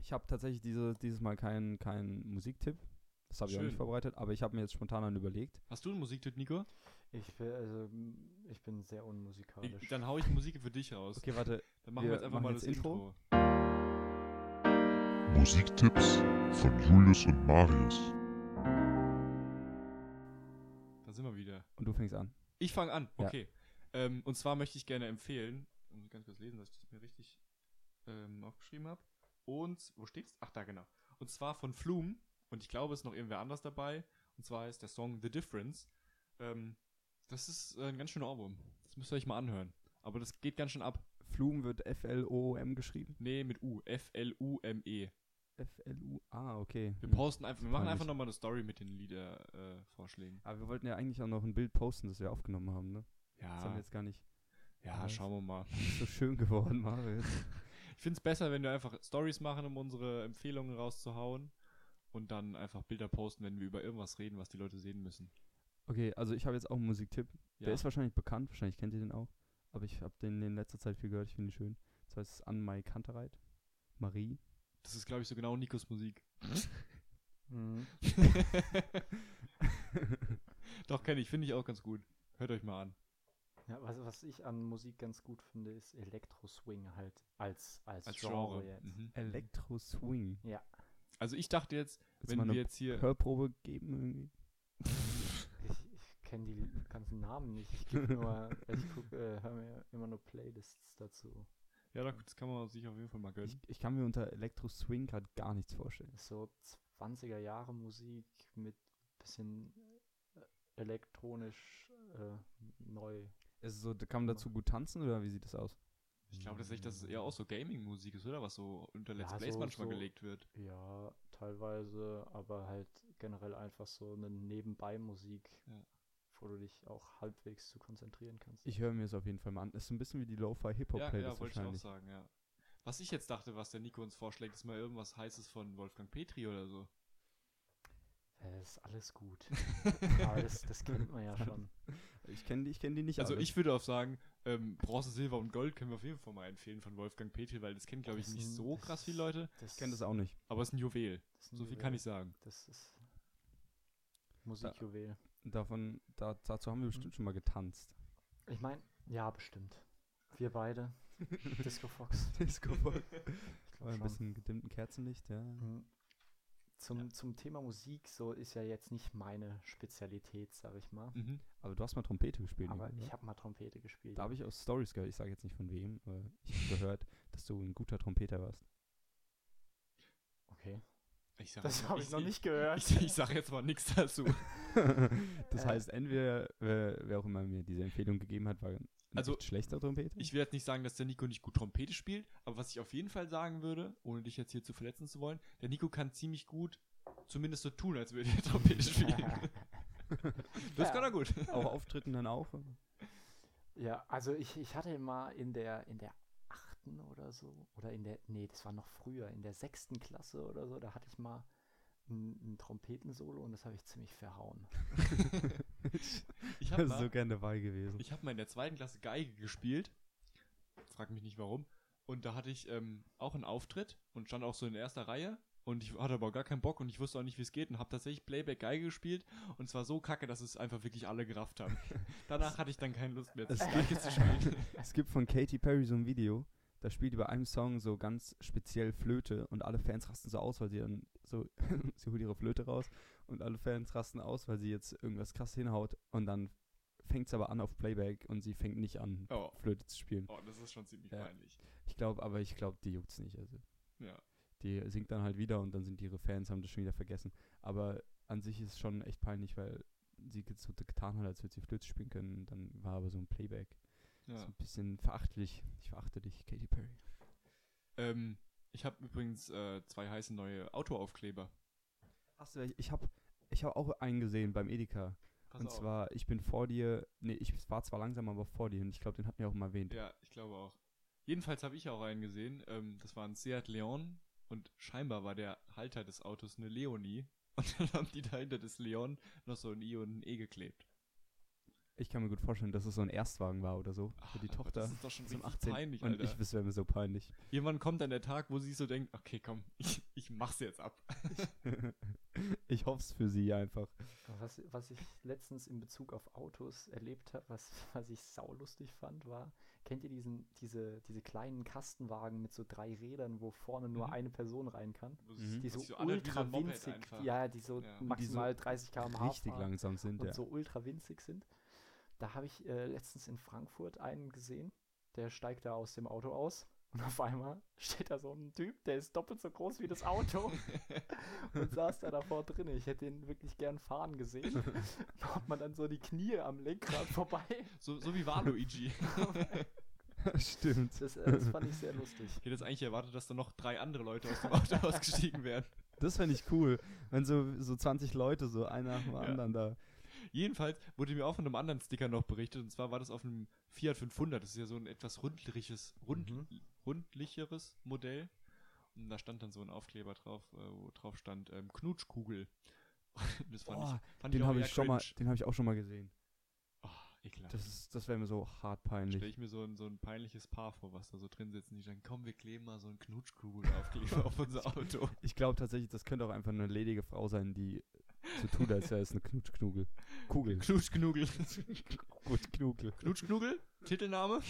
Speaker 2: Ich habe tatsächlich diese, dieses Mal keinen keinen Musiktipp. Das habe ich auch nicht
Speaker 3: Schön.
Speaker 2: vorbereitet, aber ich habe mir jetzt spontan einen überlegt.
Speaker 3: Hast du einen Musiktipp, Nico?
Speaker 4: Ich bin, also, m, ich bin sehr unmusikalisch.
Speaker 3: Ich, dann hau ich Musik für dich raus.
Speaker 2: Okay,
Speaker 3: [laughs]
Speaker 2: warte.
Speaker 3: Dann machen wir,
Speaker 2: wir
Speaker 3: jetzt einfach
Speaker 2: machen
Speaker 3: mal
Speaker 2: jetzt
Speaker 3: das
Speaker 2: Intro.
Speaker 3: Intro.
Speaker 5: Musiktipps von Julius und Marius.
Speaker 3: Da sind wir wieder.
Speaker 2: Und du fängst an.
Speaker 3: Ich fange an,
Speaker 2: Ja.
Speaker 3: okay. Ähm, und zwar möchte ich gerne empfehlen, muss ich ganz kurz lesen, dass ich das mir richtig ähm, aufgeschrieben habe. Und, wo steht's? Ach, da genau. Und zwar von Flum, und ich glaube, es ist noch irgendwer anders dabei. Und zwar ist der Song The Difference. Ähm, das ist äh, ein ganz schöner Ohrwurm. Das müsst ihr euch mal anhören. Aber das geht ganz schön ab.
Speaker 2: Flum wird F-L-O-M geschrieben.
Speaker 3: Nee, mit U. F-L-U-M-E.
Speaker 2: F-L-U. Ah, okay.
Speaker 3: Wir
Speaker 2: Hm.
Speaker 3: posten einfach, wir machen
Speaker 2: Peinlich.
Speaker 3: einfach nochmal eine Story mit den Liedervorschlägen. Äh, Vorschlägen.
Speaker 2: Aber Ah, wir wollten ja eigentlich auch noch ein Bild posten, das wir aufgenommen haben, ne? Das haben wir
Speaker 3: ja,
Speaker 2: jetzt gar nicht [laughs]
Speaker 3: ja, schauen wir mal.
Speaker 2: so schön geworden, Marius.
Speaker 3: Ich finde es besser, wenn wir einfach Stories machen, um unsere Empfehlungen rauszuhauen. Und dann einfach Bilder posten, wenn wir über irgendwas reden, was die Leute sehen müssen.
Speaker 2: Okay, also ich habe jetzt auch einen Musiktipp.
Speaker 3: Ja.
Speaker 2: Der ist wahrscheinlich bekannt, wahrscheinlich kennt ihr den auch. Aber ich habe den in letzter Zeit viel gehört, ich finde ihn schön. Das heißt, es ist An Mai Kantereit. Marie.
Speaker 3: Das ist, glaube ich, so genau Nikos Musik.
Speaker 4: Mhm.
Speaker 3: Doch, kenne ich, finde ich auch ganz gut. Hört euch mal an.
Speaker 4: Ja, was, was ich an Musik ganz gut finde, ist Elektro-Swing halt als, als,
Speaker 3: Als
Speaker 4: Genre,
Speaker 3: Genre.
Speaker 4: jetzt.
Speaker 3: Mhm.
Speaker 2: Elektro Swing.
Speaker 3: Also ich dachte jetzt,
Speaker 2: Willst du mal
Speaker 3: wenn wir
Speaker 2: eine
Speaker 3: jetzt hier.
Speaker 2: Hörprobe geben irgendwie?
Speaker 4: Ich, ich kenne die ganzen Namen nicht. Ich,
Speaker 3: [laughs]
Speaker 4: geb nur, ich guck, äh, höre mir immer nur Playlists dazu.
Speaker 3: Ja, doch, das kann man sich auf jeden Fall mal gönnen.
Speaker 2: Ich, ich kann mir unter Elektro Swing gerade gar nichts vorstellen.
Speaker 4: So 20er Jahre Musik mit bisschen äh, elektronisch äh, neu.
Speaker 2: Also so, da kann man dazu gut tanzen oder wie sieht das aus?
Speaker 3: Ich glaube tatsächlich, dass es eher auch so Gaming-Musik ist, oder? Was so unter Let's
Speaker 4: Ja,
Speaker 3: Plays
Speaker 4: so-
Speaker 3: manchmal
Speaker 4: so-
Speaker 3: gelegt wird.
Speaker 4: Ja, teilweise, aber halt generell einfach so eine Nebenbei-Musik,
Speaker 3: Ja.
Speaker 4: wo du dich auch halbwegs zu konzentrieren kannst.
Speaker 2: Ich höre mir es auf jeden Fall mal an. Ist so ein bisschen wie die Lo-Fi Hip-Hop
Speaker 3: Ja,
Speaker 2: Playlist
Speaker 3: ja, wollte ich auch
Speaker 2: wahrscheinlich.
Speaker 3: sagen, ja. Was ich jetzt dachte, was der Nico uns vorschlägt, ist mal irgendwas Heißes von Wolfgang Petri oder so.
Speaker 4: Äh, ist alles gut.
Speaker 3: [laughs]
Speaker 4: aber das, das kennt man ja schon.
Speaker 2: Ich kenne die, ich kenne die nicht.
Speaker 3: Also
Speaker 2: alle.
Speaker 3: ich würde auch sagen, ähm, Bronze, Silber und Gold können wir auf jeden Fall mal empfehlen von Wolfgang Petri, weil das kennen, glaube ich,
Speaker 4: Das
Speaker 3: nicht
Speaker 4: sind-
Speaker 3: so
Speaker 4: das
Speaker 3: krass viele
Speaker 4: ist-
Speaker 3: Leute,
Speaker 4: Das
Speaker 2: kenne das auch nicht.
Speaker 3: aber es ist ein Juwel.
Speaker 4: das ist ein
Speaker 3: So viel kann
Speaker 4: Juwel.
Speaker 3: ich
Speaker 4: [laughs]
Speaker 3: sagen.
Speaker 4: Das ist Musikjuwel.
Speaker 2: Davon, da, dazu haben wir bestimmt schon mal getanzt.
Speaker 4: Ich meine, ja, bestimmt.
Speaker 3: [laughs]
Speaker 4: Wir beide. Disco Fox.
Speaker 2: Disco Ball.
Speaker 4: Ich
Speaker 2: Ein
Speaker 4: schon.
Speaker 2: bisschen gedimmten Kerzenlicht, ja.
Speaker 4: Mhm. Zum, zum Thema Musik, so ist ja jetzt nicht meine Spezialität, sag ich mal.
Speaker 3: Mhm.
Speaker 2: Aber du hast mal Trompete gespielt.
Speaker 4: Aber
Speaker 3: ne?
Speaker 2: Nico,
Speaker 4: ich
Speaker 2: oder?
Speaker 4: habe mal Trompete gespielt.
Speaker 2: da habe ich aus Stories gehört, ich sage jetzt nicht von wem, aber
Speaker 4: [laughs]
Speaker 2: ich habe gehört, dass du ein guter Trompeter warst.
Speaker 4: Okay.
Speaker 3: Ich sag jetzt
Speaker 4: Das
Speaker 3: mal-
Speaker 4: habe ich noch nicht gehört.
Speaker 3: [laughs] Ich, ich sag jetzt mal nichts dazu.
Speaker 2: [laughs] das
Speaker 4: Äh.
Speaker 2: heißt, entweder wer, wer auch immer mir diese Empfehlung gegeben hat, war ein
Speaker 3: Also,
Speaker 2: echt schlechter Trompeter.
Speaker 3: Ich will jetzt nicht sagen, dass der Nico nicht gut Trompete spielt, aber was ich auf jeden Fall sagen würde, ohne dich jetzt hier zu verletzen zu wollen, der Nico kann ziemlich gut zumindest so tun, als würde er Trompete
Speaker 4: [laughs]
Speaker 3: spielen. Das
Speaker 4: Ja.
Speaker 3: kann er gut. [laughs]
Speaker 2: auch Auftritten dann auch.
Speaker 4: Ja, also ich, ich hatte mal in der, in der achten oder so, oder in der, nee, das war noch früher, in der sechsten Klasse oder so, da hatte ich mal ein, ein Trompetensolo und das habe ich ziemlich verhauen.
Speaker 3: Ich habe
Speaker 2: Wär
Speaker 3: mal,
Speaker 2: so gern dabei gewesen.
Speaker 3: ich hab mal in der zweiten Klasse Geige gespielt. Frag mich nicht warum. Und da hatte ich ähm, auch einen Auftritt und stand auch so in erster Reihe. Und ich hatte aber gar keinen Bock und ich wusste auch nicht, wie es geht. Und habe tatsächlich Playback Geige gespielt. Und es war so kacke, dass es einfach wirklich alle
Speaker 2: [laughs]
Speaker 3: gerafft haben. Danach hatte ich dann keine Lust mehr, zu
Speaker 2: Es
Speaker 3: Geige
Speaker 2: [laughs]
Speaker 3: zu spielen. [laughs]
Speaker 2: Es gibt von Katy Perry so ein Video, da spielt über einem Song so ganz speziell Flöte und alle Fans rasten so aus, weil sie dann so, [laughs] sie holt ihre Flöte raus und alle Fans rasten aus, weil sie jetzt irgendwas krass hinhaut und dann fängt es aber an auf Playback und sie fängt nicht an,
Speaker 3: Oh,
Speaker 2: Flöte zu spielen.
Speaker 3: oh, das ist schon ziemlich
Speaker 2: Ja.
Speaker 3: peinlich.
Speaker 2: Ich glaube, aber ich glaube, die juckt's nicht. Also.
Speaker 3: Ja.
Speaker 2: Die singt dann halt wieder und dann sind ihre Fans, haben das schon wieder vergessen. Aber an sich ist es schon echt peinlich, weil sie ge- so getan hat, als würde sie Flöte spielen können. Und dann war aber so ein Playback.
Speaker 3: Ja.
Speaker 2: So ein bisschen verachtlich. Ich verachte dich, Katy Perry.
Speaker 3: Ähm, ich habe übrigens äh, zwei heiße neue Autoaufkleber.
Speaker 2: Achso, ich habe ich hab auch einen gesehen beim Edeka.
Speaker 3: Pass
Speaker 2: und zwar, ich bin vor dir. Nee, ich war zwar langsam, aber vor dir. Und ich glaube, den hatten wir auch mal erwähnt.
Speaker 3: Ja, ich glaube auch. Jedenfalls habe ich auch einen gesehen. Ähm, das war ein Seat Leon und scheinbar war der Halter des Autos eine Leonie. Und dann [laughs] haben die dahinter des Leon noch so ein I und ein E geklebt.
Speaker 2: Ich kann mir gut vorstellen, dass es so ein Erstwagen war oder so. für die
Speaker 3: Alter,
Speaker 2: Tochter.
Speaker 3: Ah, Das ist doch
Speaker 2: [laughs]
Speaker 3: schon
Speaker 2: Zum
Speaker 3: richtig
Speaker 2: 18.
Speaker 3: peinlich,
Speaker 2: und
Speaker 3: Alter.
Speaker 2: ich, das wäre mir so peinlich. [laughs]
Speaker 3: Irgendwann kommt dann der Tag, wo sie so denkt, okay, komm, [laughs] ich, ich mach's jetzt ab.
Speaker 2: ich hoffe es für sie einfach.
Speaker 4: Was, was ich letztens in Bezug auf Autos erlebt habe, was, was ich saulustig fand, war, kennt ihr diesen, diese, diese kleinen Kastenwagen mit so drei Rädern, wo vorne nur
Speaker 3: Mhm.
Speaker 4: eine Person rein kann?
Speaker 3: Wo
Speaker 2: Mhm.
Speaker 3: sie,
Speaker 4: Die
Speaker 3: wo
Speaker 4: so
Speaker 3: sie so anhört wie so
Speaker 4: ultra
Speaker 3: ein Moped
Speaker 4: winzig,
Speaker 3: einfach.
Speaker 4: ja, die so
Speaker 3: Ja. Und die so
Speaker 4: maximal 30 km/h
Speaker 2: Richtig
Speaker 4: fahren.
Speaker 2: langsam sind,
Speaker 4: und
Speaker 2: ja.
Speaker 4: so ultra winzig sind. Da habe ich äh, letztens in Frankfurt einen gesehen, der steigt da aus dem Auto aus und auf einmal steht da so ein Typ, der ist doppelt so groß wie das Auto und saß da davor drin. Ich hätte ihn wirklich gern fahren gesehen. Da hat man dann so die Knie am Lenkrad vorbei.
Speaker 3: So, so wie Waluigi. ich
Speaker 2: [laughs] Stimmt.
Speaker 4: Das, äh, das fand ich sehr lustig.
Speaker 3: hätte jetzt eigentlich erwartet, dass da noch drei andere Leute aus dem Auto [laughs] ausgestiegen wären.
Speaker 2: Das fände ich cool, wenn so, so 20 Leute, so einer nach dem
Speaker 3: Ja.
Speaker 2: anderen da.
Speaker 3: Jedenfalls wurde mir auch von einem anderen Sticker noch berichtet, und zwar war das auf einem Fiat 500. Das ist ja so ein etwas rundliches, rund,
Speaker 4: Mhm.
Speaker 3: rundlicheres Modell. Und da stand dann so ein Aufkleber drauf, äh, wo drauf stand ähm, Knutschkugel. [laughs] das fand
Speaker 2: Boah,
Speaker 3: ich, fand
Speaker 2: Den
Speaker 3: auch
Speaker 2: habe
Speaker 3: eher
Speaker 2: ich, schon mal-
Speaker 3: cringe.
Speaker 2: den hab ich auch schon mal gesehen.
Speaker 3: Oh, ekelhaft.
Speaker 2: Das, ist, das wäre mir so hart peinlich.
Speaker 3: Stelle ich mir so ein, so ein peinliches Paar vor, was da so drin sitzen, die sagen, komm, wir kleben mal so einen
Speaker 2: [laughs]
Speaker 3: Knutschkugel-Aufkleber auf unser Auto.
Speaker 2: Ich glaube tatsächlich, das könnte auch einfach eine ledige Frau sein, die so tut, als wäre es eine Knutschknugel. Kugel.
Speaker 3: Knutschknugel.
Speaker 2: Knutschknugel.
Speaker 3: Knutschknugel? Titelname?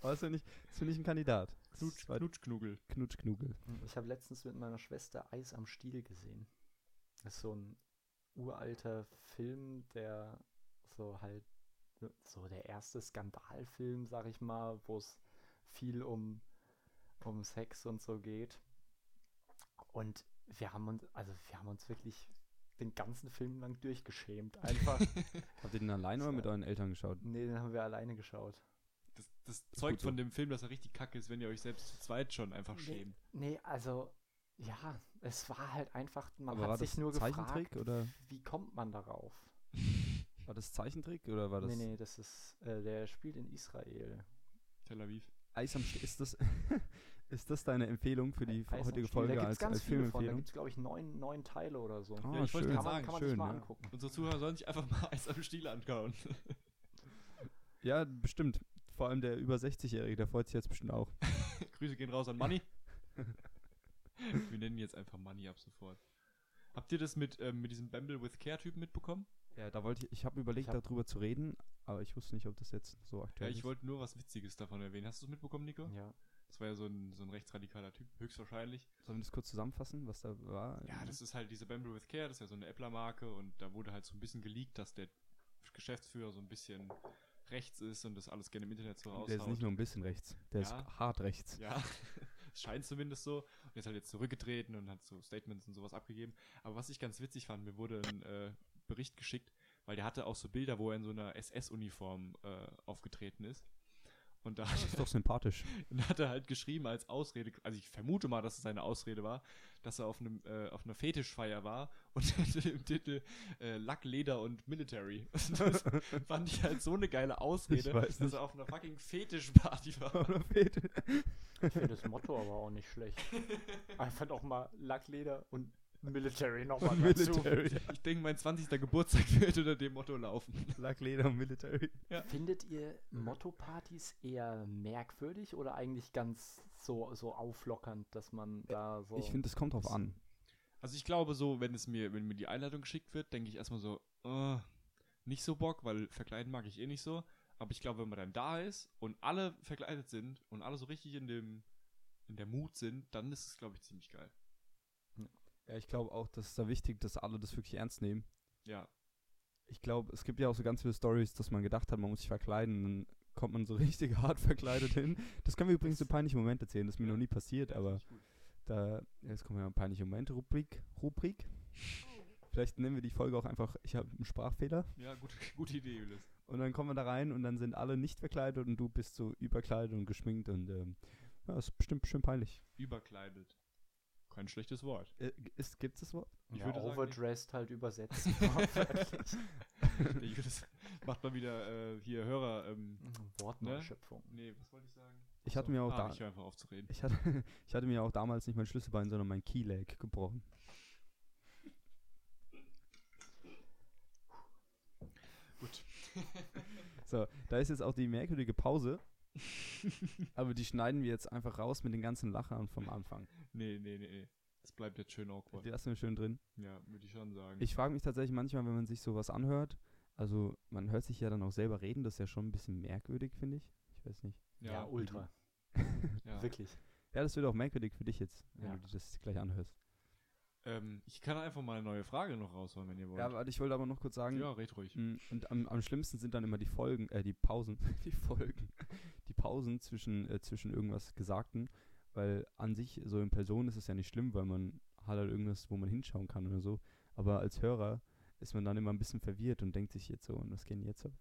Speaker 2: Aber das finde ich, das find ich ein Kandidat. Das
Speaker 3: Knutsch,
Speaker 2: war
Speaker 3: Knutschknugel.
Speaker 2: Knutschknugel.
Speaker 4: Ich habe letztens mit meiner Schwester Eis am Stiel gesehen. Das ist so ein uralter Film, der so halt so der erste Skandalfilm, sag ich mal, wo es viel um, um Sex und so geht. Und wir haben uns, also wir haben uns wirklich den ganzen Film lang durchgeschämt.
Speaker 2: [laughs]
Speaker 4: Einfach.
Speaker 2: Habt ihr den alleine oder mit euren Eltern geschaut?
Speaker 4: nee, den haben wir alleine geschaut.
Speaker 3: Das, das zeugt
Speaker 2: gut so.
Speaker 3: von dem Film, dass er richtig kacke ist, wenn ihr euch selbst zu zweit schon einfach schämt.
Speaker 4: Nee, also, ja, es war halt einfach, man
Speaker 2: Aber war
Speaker 4: hat sich
Speaker 2: das
Speaker 4: nur
Speaker 2: Zeichentrick
Speaker 4: gefragt,
Speaker 2: oder?
Speaker 4: wie kommt man darauf?
Speaker 2: War das Zeichentrick oder war das
Speaker 4: Nee, nee, das ist, äh, der spielt in Israel.
Speaker 3: Tel Aviv.
Speaker 2: Eis am Stiel, ist das, [laughs] ist das deine Empfehlung für die
Speaker 4: Eis am
Speaker 2: heutige
Speaker 4: Stiel, da
Speaker 2: Folge
Speaker 4: gibt's
Speaker 2: als,
Speaker 4: ganz
Speaker 2: als
Speaker 4: viele von, da
Speaker 2: Filmempfehlung?
Speaker 4: gibt's glaube ich, neun, neun Teile oder so.
Speaker 2: Ah,
Speaker 3: Ja, ich wollte
Speaker 2: schön,
Speaker 3: gerade ne?
Speaker 4: kann man, kann man
Speaker 2: schön,
Speaker 4: sich mal
Speaker 2: ja.
Speaker 4: angucken.
Speaker 3: Unsere Zuhörer sollen sich einfach mal [laughs] Eis am Stiel ankauen. [laughs]
Speaker 2: ja, bestimmt. Vor allem der über 60-Jährige, der freut sich jetzt bestimmt auch.
Speaker 3: Grüße gehen raus an Manni. Wir nennen ihn jetzt einfach Manni ab sofort. Habt ihr das mit, ähm, mit diesem Bamble with Care-Typen mitbekommen?
Speaker 2: [laughs] Ja, da wollte ich, ich habe überlegt,
Speaker 4: hab-
Speaker 2: darüber zu reden, aber ich wusste nicht, ob das jetzt so
Speaker 3: Ja,
Speaker 2: aktuell
Speaker 3: ich
Speaker 2: ist.
Speaker 3: wollte nur was Witziges davon erwähnen. Hast du es mitbekommen, Nico?
Speaker 4: Ja.
Speaker 3: Das war ja so ein, so ein rechtsradikaler Typ, höchstwahrscheinlich.
Speaker 2: Sollen wir das kurz zusammenfassen, was da war?
Speaker 3: Ja, das ist halt diese Bamboo with Care, das ist ja so eine Appler-Marke und da wurde halt so ein bisschen geleakt, dass der Geschäftsführer so ein bisschen rechts ist und das alles gerne im Internet so raushaut.
Speaker 2: Der ist nicht nur ein bisschen rechts, der
Speaker 3: Ja.
Speaker 2: ist hart rechts.
Speaker 3: [laughs] Ja, es scheint zumindest so. Und jetzt halt jetzt zurückgetreten und hat so Statements und sowas abgegeben. Aber was ich ganz witzig fand, mir wurde ein äh, Bericht geschickt, weil der hatte auch so Bilder, wo er in so einer SS-Uniform äh, aufgetreten ist. Und da [laughs]
Speaker 2: Das ist doch [laughs] sympathisch.
Speaker 3: dann hat er halt geschrieben als Ausrede, also ich vermute mal, dass es eine Ausrede war, dass er auf, einem, äh, auf einer Fetischfeier war und [laughs] hatte im Titel äh, Lack, Leder und Military. [laughs] Das fand ich halt so eine geile Ausrede,
Speaker 2: Ich weiß
Speaker 3: dass
Speaker 2: nicht.
Speaker 3: er auf einer fucking Fetischparty
Speaker 2: [laughs]
Speaker 3: war.
Speaker 2: Oder Fete.
Speaker 4: Ich finde das Motto aber auch nicht
Speaker 3: [laughs]
Speaker 4: schlecht. Einfach noch mal Lackleder und Military nochmal
Speaker 3: [laughs]
Speaker 4: dazu.
Speaker 2: Military.
Speaker 3: Ich denke, mein 20. Geburtstag [laughs] wird unter dem Motto laufen.
Speaker 2: Lackleder und Military.
Speaker 4: Findet ihr Motto-Partys eher merkwürdig oder eigentlich ganz so, so auflockernd, dass man da so.
Speaker 2: Ich finde, es kommt drauf an.
Speaker 3: Also ich glaube so, wenn es mir, wenn mir die Einladung geschickt wird, denke ich erstmal so, äh, nicht so Bock, weil verkleiden mag ich eh nicht so. Aber ich glaube, wenn man dann da ist und alle verkleidet sind und alle so richtig in dem, in der Mut sind, dann ist es, glaube ich, ziemlich geil.
Speaker 2: Ja, ich glaube auch, das ist da wichtig, dass alle das wirklich ernst nehmen.
Speaker 3: Ja.
Speaker 2: Ich glaube, es gibt ja auch so ganz viele Stories, dass man gedacht hat, man muss sich verkleiden. Dann kommt man so [laughs] richtig hart verkleidet hin. Das können wir übrigens im peinlichen Moment erzählen. Das ist mir noch nie passiert, aber da. Jetzt kommen wir in peinliche Momente. Rubrik. Rubrik. Vielleicht nennen wir die Folge auch einfach, ich habe einen Sprachfehler.
Speaker 3: Ja, gut, [laughs] gute Idee, Julius.
Speaker 2: Und dann kommen wir da rein und dann sind alle nicht verkleidet und du bist so überkleidet und geschminkt und ähm, ja, ist bestimmt bestimmt peinlich.
Speaker 3: Überkleidet. Kein
Speaker 2: [laughs]
Speaker 3: schlechtes Wort. [laughs]
Speaker 2: Äh, ist, gibt's das Wort?
Speaker 3: Ich
Speaker 4: ja,
Speaker 3: würde sagen,
Speaker 4: overdressed
Speaker 2: [laughs]
Speaker 4: halt übersetzt. wortwörtlich.
Speaker 3: Der Julius macht mal wieder äh, hier Hörer. Ähm,
Speaker 4: [laughs] Wortneuschöpfung.
Speaker 3: nee, was wollte ich sagen?
Speaker 2: Ich hatte mir auch
Speaker 3: ah,
Speaker 2: da-
Speaker 3: Ich höre einfach auf zu reden.
Speaker 2: Ich hatte, [laughs] ich hatte mir auch damals nicht mein Schlüsselbein, sondern mein Keyleg gebrochen.
Speaker 3: Gut.
Speaker 2: [laughs] So, da ist jetzt auch die merkwürdige Pause, aber die schneiden wir jetzt einfach raus mit den ganzen Lachern vom Anfang.
Speaker 3: Nee, nee, nee, nee. Das bleibt jetzt schön awkward.
Speaker 2: Die lassen wir schön drin.
Speaker 3: Ja, würde ich schon sagen.
Speaker 2: Ich frage mich tatsächlich manchmal, wenn man sich sowas anhört, also man hört sich ja dann auch selber reden, das ist ja schon ein bisschen merkwürdig, finde ich. Ich weiß nicht.
Speaker 4: Ja, ultra.
Speaker 3: ja.
Speaker 4: Wirklich.
Speaker 2: Ja, das wird auch merkwürdig für dich jetzt, wenn
Speaker 4: Ja.
Speaker 2: du dir das gleich anhörst.
Speaker 3: Ähm, ich kann einfach mal eine neue Frage noch rausholen, wenn ihr wollt.
Speaker 2: Ja, aber ich wollte aber noch kurz sagen,
Speaker 3: ja red ruhig.
Speaker 2: Mm, Und am, am schlimmsten sind dann immer die Folgen, äh, die Pausen, [laughs] die Folgen, die Pausen zwischen, äh, zwischen irgendwas Gesagten, weil an sich so in Person ist es ja nicht schlimm, weil man hat halt irgendwas, wo man hinschauen kann oder so, aber als Hörer ist man dann immer ein bisschen verwirrt und denkt sich jetzt so, und was geht denn jetzt ab?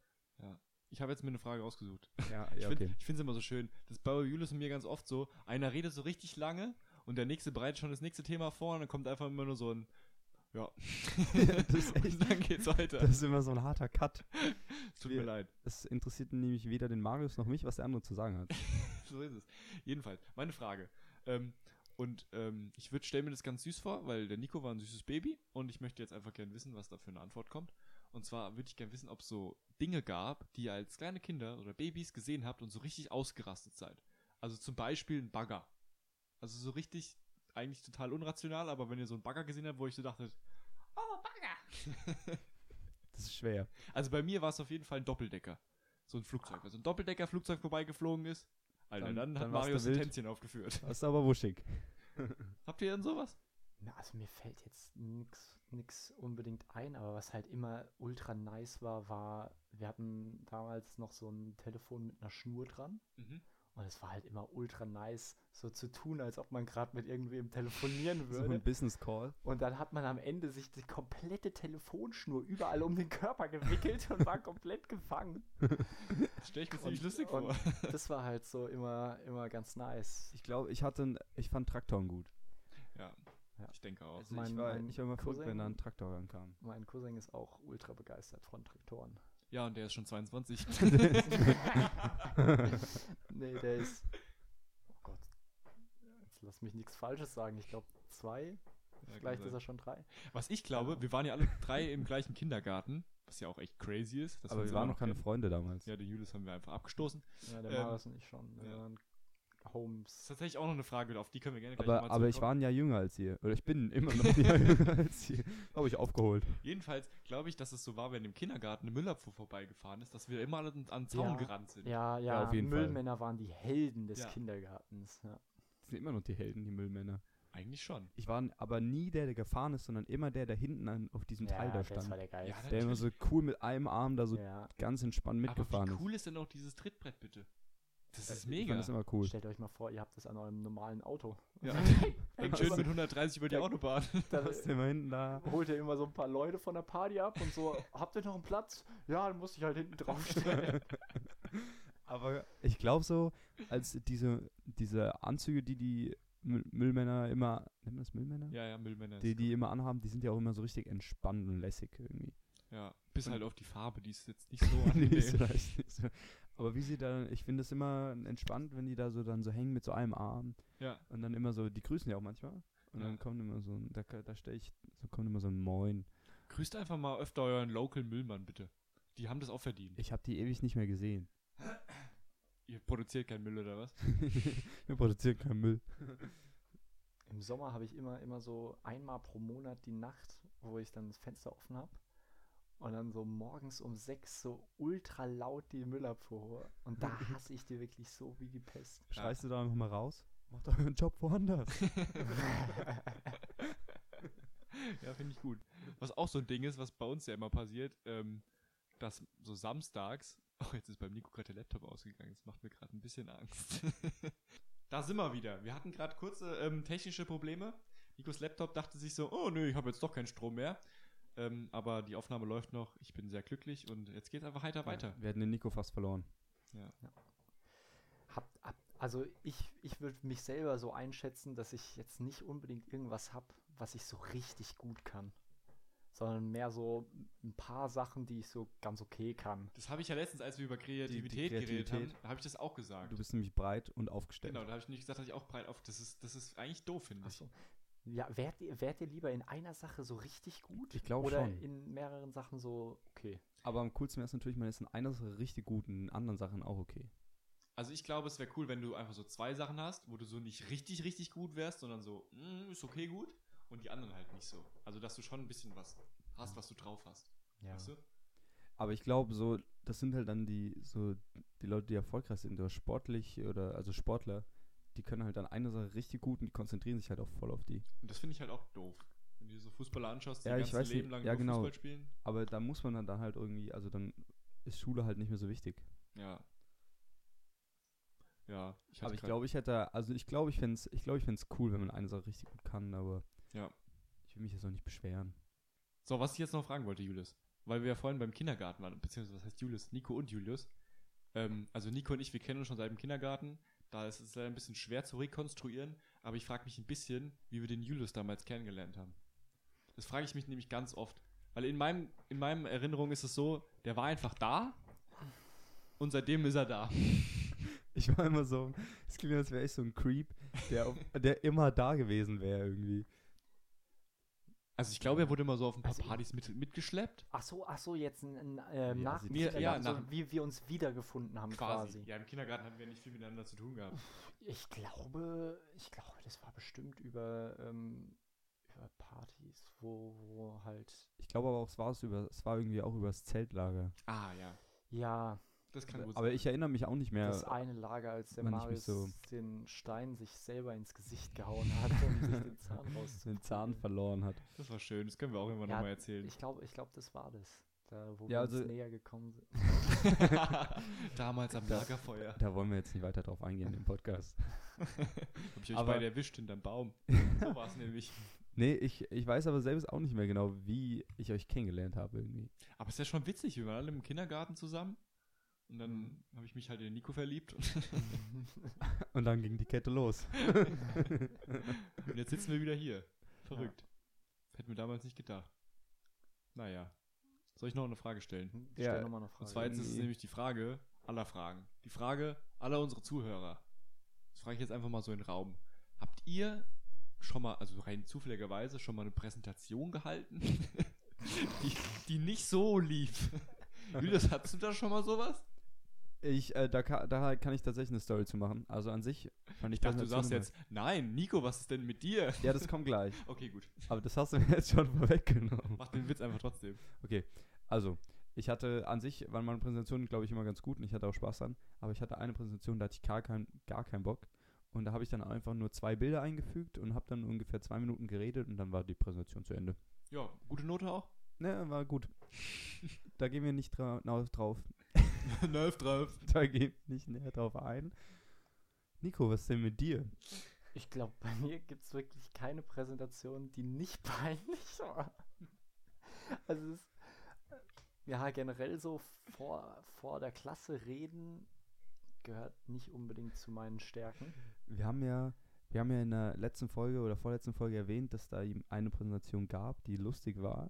Speaker 3: Ich habe jetzt mir eine Frage rausgesucht.
Speaker 2: [laughs] Ja,
Speaker 3: ich finde es immer so schön. Das ist bei Julius und mir ganz oft so. Einer redet so richtig lange und der nächste bereitet schon das nächste Thema vor und dann kommt einfach immer nur so ein Ja.
Speaker 2: [laughs] das
Speaker 3: [laughs]
Speaker 2: ist echt,
Speaker 3: und dann geht's weiter.
Speaker 2: das ist immer so ein harter Cut.
Speaker 3: Tut
Speaker 2: wir-
Speaker 3: mir leid.
Speaker 2: Es interessiert nämlich weder den Marius noch mich, was der andere zu sagen hat.
Speaker 3: [laughs] so ist es. Jedenfalls, meine Frage. Ähm, und ähm, ich würde stelle mir das ganz süß vor, weil der Nico war ein süßes Baby und ich möchte jetzt einfach gerne wissen, was da für eine Antwort kommt. Und zwar würde ich gerne wissen, ob es so Dinge gab, die ihr als kleine Kinder oder Babys gesehen habt und so richtig ausgerastet seid. Also zum Beispiel ein Bagger. Also so richtig, eigentlich total unrational, aber wenn ihr so einen Bagger gesehen habt, wo ich so dachte, oh, Bagger.
Speaker 2: [laughs] Das ist schwer.
Speaker 3: also bei mir war es auf jeden Fall ein Doppeldecker. So ein Flugzeug. Also ein Doppeldecker-Flugzeug vorbeigeflogen ist. Alter,
Speaker 2: Dann-
Speaker 3: dann, hat
Speaker 2: dann warst du
Speaker 3: Marius ein
Speaker 2: wild.
Speaker 3: Tänzchen aufgeführt. [laughs]
Speaker 2: Das ist aber wuschig.
Speaker 3: Habt ihr denn sowas?
Speaker 4: Na, also mir fällt jetzt nix, nix unbedingt ein, aber was halt immer ultra nice war, war, wir hatten damals noch so ein Telefon mit einer Schnur dran.
Speaker 3: Mhm.
Speaker 4: Und es war halt immer ultra nice, so zu tun, als ob man gerade mit irgendwem
Speaker 3: [laughs]
Speaker 4: telefonieren
Speaker 2: So ein
Speaker 4: würde.
Speaker 2: Business Call.
Speaker 4: Und dann hat man am Ende sich die komplette Telefonschnur überall um den Körper gewickelt und war komplett gefangen.
Speaker 3: [laughs] Das stelle ich mir
Speaker 4: Und-
Speaker 3: ziemlich lustig
Speaker 4: und-
Speaker 2: [laughs]
Speaker 3: vor. [laughs]
Speaker 4: Das war halt so immer, immer ganz nice.
Speaker 2: Ich glaube, ich hatte, ein- ich fand Traktoren gut.
Speaker 3: Ja,
Speaker 4: Ja.
Speaker 3: ich denke auch.
Speaker 2: Also ich,
Speaker 4: Mein-
Speaker 2: war,
Speaker 4: mein
Speaker 2: ich war immer verrückt, wenn da ein
Speaker 4: Cousin-
Speaker 2: Traktor rankam.
Speaker 4: Mein Cousin ist auch ultra begeistert von Traktoren.
Speaker 3: Ja, und der ist
Speaker 2: [laughs]
Speaker 3: schon 22.
Speaker 4: Nee, der
Speaker 3: [laughs]
Speaker 4: ist. Oh Gott. Jetzt lass mich nichts Falsches sagen. Ich glaube zwei.
Speaker 3: Ja, kann
Speaker 4: Vielleicht ist
Speaker 3: sein.
Speaker 4: er schon drei.
Speaker 3: [laughs] Was ich glaube, wir waren ja alle drei im gleichen Kindergarten, was ja auch echt crazy ist. dass
Speaker 2: Aber
Speaker 3: uns
Speaker 2: wir
Speaker 3: alle
Speaker 2: waren noch keine
Speaker 3: kennen.
Speaker 2: Freunde damals.
Speaker 3: Ja, den Julius haben wir einfach abgestoßen.
Speaker 4: Ja, der
Speaker 3: Ähm,
Speaker 4: Marius und ich schon. Wir
Speaker 3: ja.
Speaker 4: waren
Speaker 3: Das
Speaker 4: Holmes.
Speaker 3: ist tatsächlich auch noch eine Frage, auf die können wir gerne gleich
Speaker 2: Aber,
Speaker 3: nochmal
Speaker 2: aber ich war
Speaker 3: zurückkommen.
Speaker 2: ein Jahr jünger als ihr. Oder ich
Speaker 3: [laughs]
Speaker 2: bin immer noch ein Jahr jünger als ihr. Habe ich aufgeholt.
Speaker 3: Jedenfalls glaube ich, dass es so war, wenn im Kindergarten eine Müllabfuhr vorbeigefahren ist, dass wir immer alle an den Zaun
Speaker 4: Ja.
Speaker 3: gerannt sind.
Speaker 4: Ja, ja,
Speaker 2: auf jeden Fall.
Speaker 4: Müllmänner waren die Helden des
Speaker 3: Ja.
Speaker 4: Kindergartens. Ja.
Speaker 2: Das sind immer noch die Helden, die Müllmänner.
Speaker 3: Eigentlich schon.
Speaker 2: Ich war n- aber nie der, der gefahren ist, sondern immer der, der hinten an, auf diesem Teil
Speaker 4: ja,
Speaker 2: da
Speaker 4: das war
Speaker 2: stand.
Speaker 4: der Geist.
Speaker 2: Der immer so cool mit einem Arm da so
Speaker 4: ja.
Speaker 2: ganz entspannt mitgefahren
Speaker 3: aber
Speaker 2: ist.
Speaker 3: wie cool ist denn auch dieses Trittbrett bitte? Das ist
Speaker 2: Äh, Ich
Speaker 3: mega.
Speaker 2: fand das immer cool.
Speaker 4: Stellt euch mal vor, ihr habt das an eurem
Speaker 3: [laughs]
Speaker 4: normalen Auto.
Speaker 3: Ja.
Speaker 2: [laughs]
Speaker 3: Und schön mit 130 über die
Speaker 4: Ja.
Speaker 3: Autobahn. [laughs]
Speaker 4: Da
Speaker 2: Was ist denn immer hinten da?
Speaker 4: holt ihr immer so ein paar Leute von der Party ab
Speaker 3: [laughs]
Speaker 4: und so, habt ihr noch einen Platz? Ja, dann muss ich halt hinten draufstellen.
Speaker 3: [laughs]
Speaker 2: Aber ich glaube so, als diese, diese Anzüge, die die Müll- Müllmänner immer, nennt man das Müllmänner?
Speaker 3: Ja, ja, Müllmänner.
Speaker 2: Die,
Speaker 3: ist
Speaker 2: die immer anhaben, die sind ja auch immer so richtig entspannt und lässig irgendwie.
Speaker 3: gut. Ja, bis halt auf die Farbe, die ist jetzt nicht so
Speaker 2: [laughs]
Speaker 3: angenehm.
Speaker 2: Nee, ist vielleicht nicht so. Aber wie sie dann, ich finde es immer entspannt, wenn die da so dann so hängen mit so einem Arm
Speaker 3: Ja.
Speaker 2: und dann immer so, die grüßen ja auch manchmal. Und
Speaker 3: Ja.
Speaker 2: dann kommt immer so ein, da, da stelle ich, so kommt immer so ein Moin.
Speaker 3: Grüßt einfach mal öfter euren Local Müllmann, bitte. Die haben das auch verdient.
Speaker 2: Ich habe die ewig nicht mehr gesehen.
Speaker 3: Ihr produziert keinen Müll oder was?
Speaker 2: Wir produzieren keinen Müll.
Speaker 4: Im Sommer habe ich immer, immer so einmal pro Monat die Nacht, wo ich dann das Fenster offen habe. Und dann so morgens um sechs so ultra laut die Müllabfuhr. Und
Speaker 2: [laughs]
Speaker 4: da hasse ich die wirklich so wie die Pest.
Speaker 2: Schreist du da einfach mal raus? Macht euren Job [laughs] woanders.
Speaker 3: Ja, finde ich gut. Was auch so ein Ding ist, was bei uns ja immer passiert, ähm, dass so samstags. Oh, jetzt ist beim Nico gerade der Laptop ausgegangen. Das macht mir gerade ein bisschen Angst. [laughs] da sind wir wieder. Wir hatten gerade kurze ähm, technische Probleme. Nikos Laptop dachte sich so: Oh, nö, ich habe jetzt doch keinen Strom mehr. Ähm, aber die Aufnahme läuft noch. Ich bin sehr glücklich und jetzt geht's einfach heiter weiter.
Speaker 2: Wir hätten den Nico fast verloren.
Speaker 4: Hab, hab, also ich, ich würde mich selber so einschätzen, dass ich jetzt nicht unbedingt irgendwas habe, was ich so richtig gut kann. Sondern mehr so ein paar Sachen, die ich so ganz okay kann.
Speaker 3: Das habe ich ja letztens, als wir über Kreativität, geredet haben,
Speaker 2: Kreativität.
Speaker 3: habe ich das auch gesagt.
Speaker 2: Du bist nämlich breit und aufgestellt.
Speaker 3: genau, da habe ich nicht gesagt, dass ich auch breit auf. Das ist, das ist eigentlich doof, finde ich.
Speaker 4: Achso. Ja, wärt ihr, wärt ihr lieber in einer Sache so richtig gut?
Speaker 2: Ich glaub
Speaker 4: Oder
Speaker 2: schon.
Speaker 4: in mehreren Sachen so, okay.
Speaker 2: Aber am coolsten wäre es natürlich, man ist in einer Sache richtig gut und in anderen Sachen auch okay.
Speaker 3: Also ich glaube, es wäre cool, wenn du einfach so zwei Sachen hast, wo du so nicht richtig, richtig gut wärst, sondern so, mm, ist okay gut und die anderen halt nicht so. Also dass du schon ein bisschen was hast, was du drauf hast.
Speaker 4: Ja.
Speaker 3: Weißt du?
Speaker 2: Aber ich glaube, so, das sind halt dann die, so, die Leute, die erfolgreich sind, oder sportlich oder also Sportler, die können halt an einer Sache richtig gut und die konzentrieren sich halt auch voll auf die.
Speaker 3: Und das finde ich halt auch doof. Wenn du dir so Fußballer anschaust, die
Speaker 2: Ja,
Speaker 3: ihr
Speaker 2: ich
Speaker 3: ganzes
Speaker 2: weiß
Speaker 3: Leben
Speaker 2: nicht.
Speaker 3: lang
Speaker 2: Ja,
Speaker 3: nur
Speaker 2: genau.
Speaker 3: Fußball spielen.
Speaker 2: Aber da muss man dann, dann halt irgendwie, also dann ist Schule halt nicht mehr so wichtig.
Speaker 3: Ja. Ja, hatte
Speaker 2: aber ich
Speaker 3: grad-
Speaker 2: glaube, ich hätte, also ich glaube, ich fände es ich glaub, ich fänd's cool, wenn man eine Sache richtig gut kann, aber
Speaker 3: Ja.
Speaker 2: ich will mich jetzt auch nicht beschweren. [laughs]
Speaker 3: So, was ich jetzt noch fragen wollte, Julius, weil wir ja vorhin beim Kindergarten waren, beziehungsweise was heißt Julius, Nico und Julius. Ähm, also Nico und ich, wir kennen uns schon seit dem Kindergarten. Da ist es leider ein bisschen schwer zu rekonstruieren, aber ich frage mich ein bisschen, wie wir den Julius damals kennengelernt haben. Das frage ich mich nämlich ganz oft. Weil in meinem, in meinem Erinnerung ist es so, der war einfach da und seitdem ist er da.
Speaker 2: Ich war immer so, es klingt, als wäre ich so ein Creep, der, auf- [laughs] der immer da gewesen wäre irgendwie.
Speaker 3: Also ich glaube, er wurde immer so auf ein paar
Speaker 4: Also ich-
Speaker 3: Partys mit, mitgeschleppt.
Speaker 4: Ach so, ach so, jetzt ein, ein ähm,
Speaker 2: Ja,
Speaker 4: nach
Speaker 2: sie-
Speaker 4: dem
Speaker 3: Ja, ja,
Speaker 4: Kindergarten,
Speaker 3: nach-
Speaker 4: so, wie wir uns wiedergefunden haben quasi.
Speaker 3: Ja, im Kindergarten haben wir nicht viel miteinander zu tun gehabt.
Speaker 4: Ich glaube, ich glaube, das war bestimmt über, ähm, über Partys, wo, wo halt,
Speaker 2: Ich glaube aber auch, es war es über, es war irgendwie auch über das Zeltlager.
Speaker 3: Ah ja,
Speaker 4: ja,
Speaker 3: das kann gut
Speaker 2: Aber ich erinnere mich auch nicht mehr.
Speaker 4: das eine Lager, als der
Speaker 2: wenn ich mich
Speaker 4: Marius
Speaker 2: so-
Speaker 4: den Stein sich selber ins Gesicht gehauen hat, um sich
Speaker 2: [laughs]
Speaker 4: den Zahn rauszuholen.
Speaker 2: den Zahn verloren hat.
Speaker 3: Das war schön, das können wir auch irgendwann
Speaker 4: Ja,
Speaker 3: nochmal erzählen.
Speaker 4: Ich glaube, ich glaube, das war das. Da, wo
Speaker 2: Ja,
Speaker 4: wir
Speaker 2: also-
Speaker 4: uns näher gekommen sind.
Speaker 3: [laughs] Damals am
Speaker 2: [laughs] Das-
Speaker 3: Lagerfeuer.
Speaker 2: Da wollen wir jetzt nicht weiter drauf eingehen im Podcast.
Speaker 3: Hab ich euch
Speaker 2: Aber-
Speaker 3: beide erwischt
Speaker 2: [laughs]
Speaker 3: hinterm Baum. So war es nämlich.
Speaker 2: Nee, ich, ich weiß aber selbst auch nicht mehr genau, wie ich euch kennengelernt habe irgendwie.
Speaker 3: Aber ist ja schon witzig, wir waren alle im Kindergarten zusammen. Und dann
Speaker 2: Mhm.
Speaker 3: habe ich mich halt in Nico verliebt.
Speaker 2: Und dann ging die Kette los.
Speaker 3: Und [laughs] jetzt sitzen wir wieder hier. Verrückt. Hätten wir damals nicht gedacht. Naja. Soll ich noch eine Frage stellen?
Speaker 4: Ich
Speaker 2: Ja,
Speaker 4: stelle nochmal eine Frage.
Speaker 3: Und zwar jetzt ist es
Speaker 2: Nee.
Speaker 3: nämlich die Frage aller Fragen. Die Frage aller unserer Zuhörer. Das frage ich jetzt einfach mal so in den Raum. Habt ihr schon mal, also rein zufälligerweise, schon mal eine Präsentation gehalten, [laughs] die, die nicht so lief? Julius, hattest du da schon mal sowas?
Speaker 2: Ich, äh, da, ka- da kann ich tatsächlich eine Story zu machen. Also an sich fand ich
Speaker 3: Ich dachte, du
Speaker 2: Präsentation
Speaker 3: sagst jetzt, nein, Nico, was ist denn mit dir?
Speaker 2: immer- Ja, das kommt gleich.
Speaker 3: Okay, gut.
Speaker 2: Aber das hast du mir jetzt schon vorweggenommen.
Speaker 3: Mach den Witz einfach trotzdem.
Speaker 2: Okay, also ich hatte an sich, waren meine Präsentationen, glaube ich, immer ganz gut und ich hatte auch Spaß dran. Aber ich hatte eine Präsentation, da hatte ich gar, kein, gar keinen Bock. Und da habe ich dann einfach nur zwei Bilder eingefügt und habe dann ungefähr zwei Minuten geredet und dann war die Präsentation zu Ende.
Speaker 3: Ja, gute Note [laughs] auch.
Speaker 2: Ne, war gut. da gehen wir nicht dra na- drauf. [laughs]
Speaker 3: Nerf drauf.
Speaker 2: Da gehen wir nicht näher drauf ein. Nico, was ist denn mit dir?
Speaker 4: Ich glaube, bei mir gibt es wirklich keine Präsentation, die nicht [laughs] peinlich war. Also es ist, ja, generell so vor, vor der Klasse reden gehört nicht unbedingt zu meinen Stärken.
Speaker 2: Wir haben ja, wir haben ja in der letzten Folge oder vorletzten Folge erwähnt, dass da ihm eine Präsentation gab, die lustig war.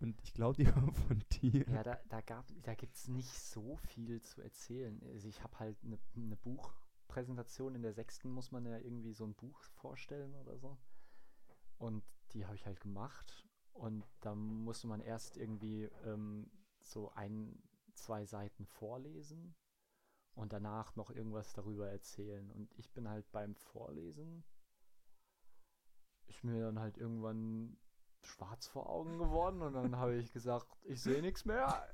Speaker 2: Und ich glaube, die [laughs] war von dir. [laughs]
Speaker 4: Ja, da, da, gab- da gibt es nicht so viel zu erzählen. Also ich habe halt eine ne Buchpräsentation. In der sechsten muss man ja irgendwie so ein Buch vorstellen oder so. Und die habe ich halt gemacht. Und da musste man erst irgendwie ähm, so ein, zwei Seiten vorlesen und danach noch irgendwas darüber erzählen. Und ich bin halt beim Vorlesen, ist mir dann halt irgendwann schwarz vor Augen geworden und dann habe ich gesagt, ich sehe nichts mehr.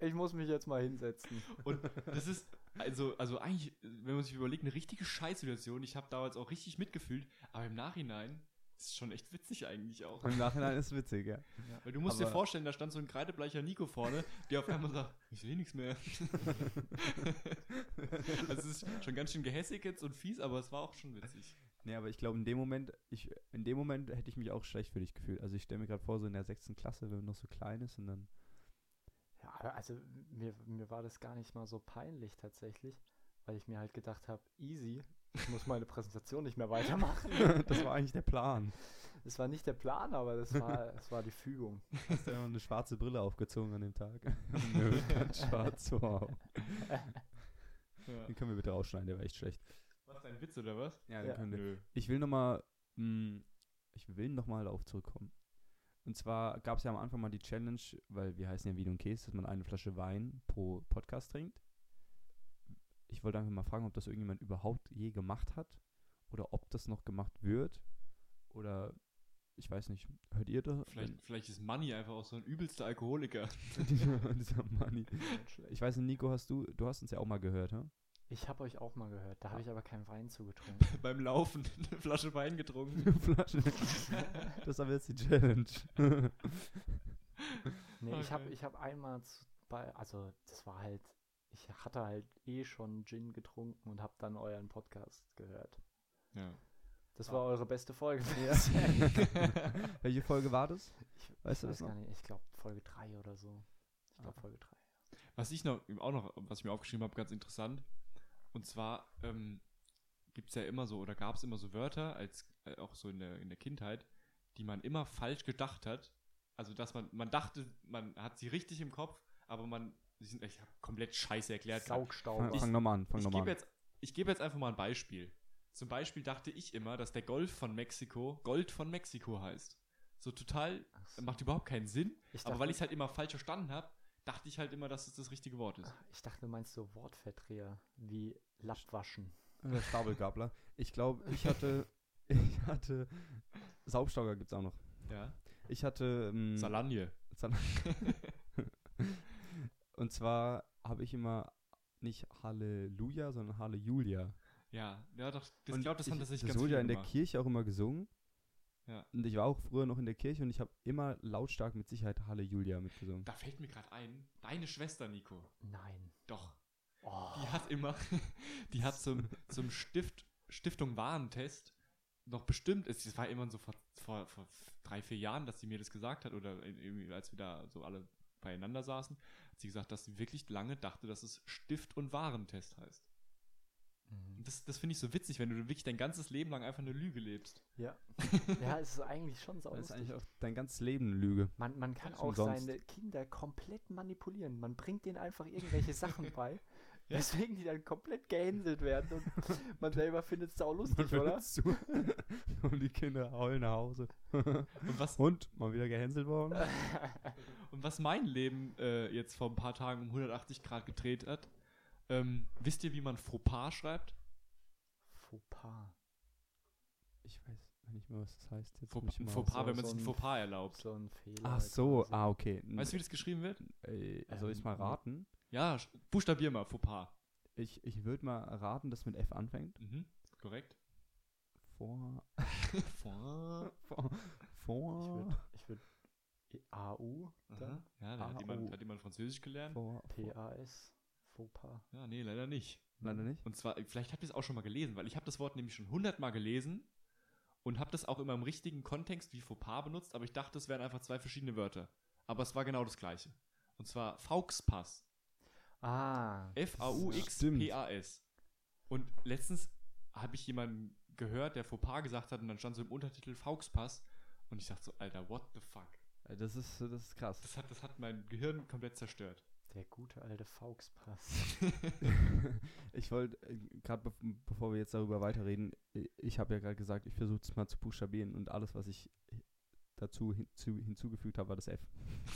Speaker 4: Ich muss mich jetzt mal hinsetzen.
Speaker 3: Und das ist, also, also eigentlich, wenn man sich überlegt, eine richtige Scheißsituation. Ich habe damals auch richtig mitgefühlt, aber im Nachhinein ist es schon echt witzig eigentlich auch.
Speaker 2: Im Nachhinein ist witzig, ja.
Speaker 3: Weil du musst dir
Speaker 2: aber-
Speaker 3: vorstellen, da stand so ein kreidebleicher Nico vorne,
Speaker 2: [laughs]
Speaker 3: der auf einmal sagt, ich sehe nichts mehr. also es ist schon ganz schön gehässig jetzt und fies, aber es war auch schon witzig.
Speaker 2: Nee, aber ich glaube, in dem Moment, ich, in dem Moment hätte ich mich auch schlecht für dich gefühlt. Also ich stelle mir gerade vor, so in der sechsten Klasse, wenn man noch so klein ist und dann. [laughs]
Speaker 4: Ja, aber also mir, mir war das gar nicht mal so peinlich tatsächlich, weil ich mir halt gedacht habe, easy, ich muss meine Präsentation nicht mehr weitermachen.
Speaker 2: das war eigentlich der Plan.
Speaker 4: Das war nicht der Plan, aber das war, das war die Fügung.
Speaker 2: Hast du einfach eine schwarze Brille aufgezogen an dem Tag. Mir wird ganz schwarz, wow.
Speaker 3: Ja.
Speaker 2: Den können wir bitte rausschneiden, der war echt schlecht.
Speaker 3: Was, ein Witz oder was?
Speaker 2: Ja,
Speaker 4: den Ja.
Speaker 2: können
Speaker 3: Nö.
Speaker 2: Ich will nochmal, ich will nochmal darauf zurückkommen. Und zwar gab es ja am Anfang mal die Challenge, weil wir heißen ja Wien und Käse, dass man eine Flasche Wein pro Podcast trinkt. Ich wollte einfach mal fragen, ob das irgendjemand überhaupt je gemacht hat oder ob das noch gemacht wird. Oder ich weiß nicht, hört ihr da?
Speaker 3: Vielleicht, vielleicht ist Money einfach auch so ein übelster Alkoholiker.
Speaker 2: [laughs]
Speaker 3: [laughs]
Speaker 2: dieser, dieser Manni.
Speaker 4: [laughs] Nicht schlecht.
Speaker 2: Ich weiß nicht, Nico, hast du, du hast uns ja auch mal gehört, ha?
Speaker 4: Ich habe euch auch mal gehört, da habe ich aber keinen Wein zugetrunken.
Speaker 3: Beim Laufen eine Flasche Wein getrunken.
Speaker 2: [laughs] [laughs] Flasche. Das ist aber jetzt die Challenge. [laughs]
Speaker 4: Nee, ich habe
Speaker 3: Okay.
Speaker 4: ich hab einmal zu, bei, also das war halt, ich hatte halt eh schon Gin getrunken und habe dann euren Podcast gehört.
Speaker 3: Ja.
Speaker 4: Das war eure beste Folge. [laughs]
Speaker 2: [laughs] Welche Folge war das?
Speaker 4: Ich,
Speaker 2: Weißt du das
Speaker 4: ich weiß
Speaker 2: noch?
Speaker 4: gar nicht, ich glaube Folge 3 oder so. Ich glaube
Speaker 2: Ah.
Speaker 4: Folge 3.
Speaker 3: Was ich noch, auch noch, was ich mir aufgeschrieben habe, ganz interessant. Und zwar ähm, gibt es ja immer so, oder gab es immer so Wörter, als äh, auch so in der, in der Kindheit, die man immer falsch gedacht hat. Also, dass man, man dachte, man hat sie richtig im Kopf, aber man, sie sind, ich habe komplett scheiße erklärt. gerade.
Speaker 4: Saugstauber.
Speaker 2: Fang, fang nochmal an, fang
Speaker 3: Ich
Speaker 2: nochmal
Speaker 3: gebe
Speaker 2: an.
Speaker 3: jetzt, ich geb jetzt einfach mal ein Beispiel. Zum Beispiel dachte ich immer, dass der Golf von Mexiko Gold von Mexiko heißt. So total,
Speaker 4: Ach so.
Speaker 3: macht überhaupt keinen Sinn.
Speaker 4: Ich
Speaker 3: aber
Speaker 4: dachte-
Speaker 3: weil ich es halt immer falsch verstanden habe, dachte ich halt immer, dass es das richtige Wort ist.
Speaker 4: Ach, ich dachte, du meinst so Wortverdreher wie Lappwaschen.
Speaker 2: Der Stapelgabler. Ich glaube, ich hatte. [laughs] Ich hatte. Saubstauger gibt's auch noch.
Speaker 3: Ja.
Speaker 2: Ich hatte.
Speaker 3: Mhm.
Speaker 2: Ähm,
Speaker 3: Salanje.
Speaker 2: Salat. Und zwar habe ich immer nicht Halleluja, sondern Halleluja.
Speaker 3: Ja, ja, doch, das,
Speaker 2: Und
Speaker 3: ich glaube, das haben das sich ganz
Speaker 2: wurde
Speaker 3: viele
Speaker 2: ja in der
Speaker 3: gemacht.
Speaker 2: Kirche auch immer gesungen.
Speaker 3: Ja.
Speaker 2: Und ich war auch früher noch in der Kirche und ich habe immer lautstark mit Sicherheit Halleluja mitgesungen.
Speaker 3: Da fällt mir gerade ein, deine Schwester, Nico.
Speaker 4: Nein.
Speaker 3: Doch,
Speaker 4: Oh,
Speaker 3: die hat immer, [laughs] die hat zum, zum Stift, Stiftung Warentest noch bestimmt, es das war immer so vor, vor, vor drei, vier Jahren, dass sie mir das gesagt hat oder in- irgendwie, als wir da so alle beieinander saßen, hat sie gesagt, dass sie wirklich lange dachte, dass es Stift- und Warentest heißt.
Speaker 4: Mhm.
Speaker 3: Und das, das finde ich so witzig, wenn du wirklich dein ganzes Leben lang einfach eine Lüge lebst.
Speaker 2: [laughs]
Speaker 4: Ja. ja, es ist eigentlich schon
Speaker 2: Das ist
Speaker 4: saulustig.
Speaker 2: eigentlich auch dein ganzes Leben eine Lüge.
Speaker 4: Man, man kann
Speaker 2: Ist
Speaker 4: auch
Speaker 2: umsonst.
Speaker 4: seine Kinder komplett manipulieren. Man bringt denen einfach irgendwelche
Speaker 2: [laughs]
Speaker 4: Sachen bei,
Speaker 3: Ja.
Speaker 4: weswegen die dann komplett gehänselt werden
Speaker 2: [laughs]
Speaker 4: und man selber findet es saulustig, oder?
Speaker 2: zu. [laughs] Und die Kinder heulen nach Hause. [laughs]
Speaker 3: Und was,
Speaker 2: Und mal wieder gehänselt worden.
Speaker 3: Und was mein Leben äh, jetzt vor ein paar Tagen um 180 Grad gedreht hat, ähm, wisst ihr, wie man Fauxpas schreibt?
Speaker 4: Fauxpas.
Speaker 2: Ich weiß nicht mehr, was das heißt. Jetzt muss
Speaker 3: Fauxpas,
Speaker 2: ich mal-
Speaker 3: Fauxpas
Speaker 4: so-
Speaker 3: wenn man
Speaker 4: so
Speaker 3: sich ein
Speaker 4: ein-
Speaker 3: Fauxpas erlaubt.
Speaker 4: So ein Fehler. Also,
Speaker 2: Ach so,
Speaker 4: quasi.
Speaker 2: ah, okay.
Speaker 3: Weißt du, wie das geschrieben wird?
Speaker 2: Äh, soll ich
Speaker 4: Ähm,
Speaker 2: mal
Speaker 4: nee.
Speaker 2: raten?
Speaker 3: Ja, sch- buchstabier mal, Fauxpas.
Speaker 2: Ich, ich würde mal raten, dass mit F anfängt.
Speaker 3: Mhm, korrekt.
Speaker 2: Vor.
Speaker 3: Vor.
Speaker 2: Vor.
Speaker 4: Ich
Speaker 2: Vor.
Speaker 4: würde. Ich würd, AU,
Speaker 3: Aha.
Speaker 4: dann
Speaker 3: Ja, da
Speaker 2: Ah,
Speaker 3: hat, jemand,
Speaker 2: oh.
Speaker 3: hat jemand Französisch gelernt.
Speaker 2: vor, vor.
Speaker 4: PAS, Fauxpas.
Speaker 3: Ja, nee, leider nicht.
Speaker 2: Leider nicht.
Speaker 3: Und zwar, vielleicht habt ihr es auch schon mal gelesen, weil ich habe das Wort nämlich schon hundertmal gelesen und habe das auch immer im richtigen Kontext wie Fauxpas benutzt, aber ich dachte, es wären einfach zwei verschiedene Wörter. Aber es war genau das gleiche. Und zwar Fauxpas.
Speaker 4: Ah.
Speaker 3: F-A-U-X-P-A-S. Und letztens habe ich jemanden gehört, der Fauxpas gesagt hat und dann stand so im Untertitel Fauxpas und ich dachte so, Alter, what the fuck?
Speaker 2: Äh, Das ist, das ist krass.
Speaker 3: Das hat, das hat mein Gehirn komplett zerstört.
Speaker 4: Der gute alte [laughs] Fauxpass.
Speaker 2: [laughs] ich wollte, gerade bev bevor wir jetzt darüber weiterreden, äh, ich habe ja gerade gesagt, ich versuche es mal zu buchstabieren und alles, was ich hi- dazu hinzu hinzugefügt habe, war das F.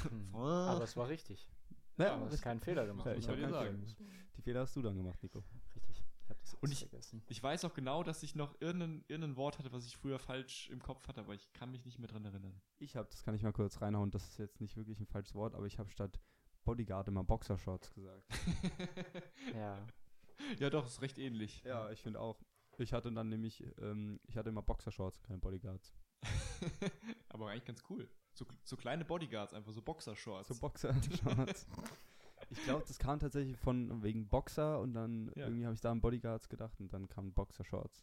Speaker 4: Hm. Aber es war richtig.
Speaker 2: Naja,
Speaker 4: Du hast
Speaker 2: das-
Speaker 4: keinen Fehler gemacht.
Speaker 2: Ja, ich
Speaker 4: oder?
Speaker 2: hab keinen
Speaker 3: Fehler
Speaker 2: die Fehler hast du dann gemacht, Nico.
Speaker 4: Richtig. Ich habe das
Speaker 3: Und ich-
Speaker 4: vergessen.
Speaker 3: Ich weiß auch genau, dass ich noch irgendein, irgendein Wort hatte, was ich früher falsch im Kopf hatte, aber ich kann mich nicht mehr
Speaker 2: [laughs]
Speaker 3: dran erinnern.
Speaker 2: Ich habe, das kann ich mal kurz reinhauen, das ist jetzt nicht wirklich ein falsches Wort, aber ich habe statt Bodyguard immer Boxershorts gesagt.
Speaker 3: [laughs]
Speaker 4: [laughs] Ja.
Speaker 3: ja, doch, ist recht ähnlich.
Speaker 2: Ja, ich finde auch. Ich hatte dann nämlich, ähm, ich hatte immer Boxershorts, keine Bodyguards.
Speaker 3: [laughs] aber eigentlich ganz cool. So, so kleine Bodyguards, einfach so Boxershorts.
Speaker 2: So
Speaker 3: [laughs]
Speaker 2: Boxershorts. ich glaube, das kam tatsächlich von wegen Boxer und dann
Speaker 3: Ja.
Speaker 2: irgendwie habe ich da an Bodyguards gedacht und dann kamen Boxershorts.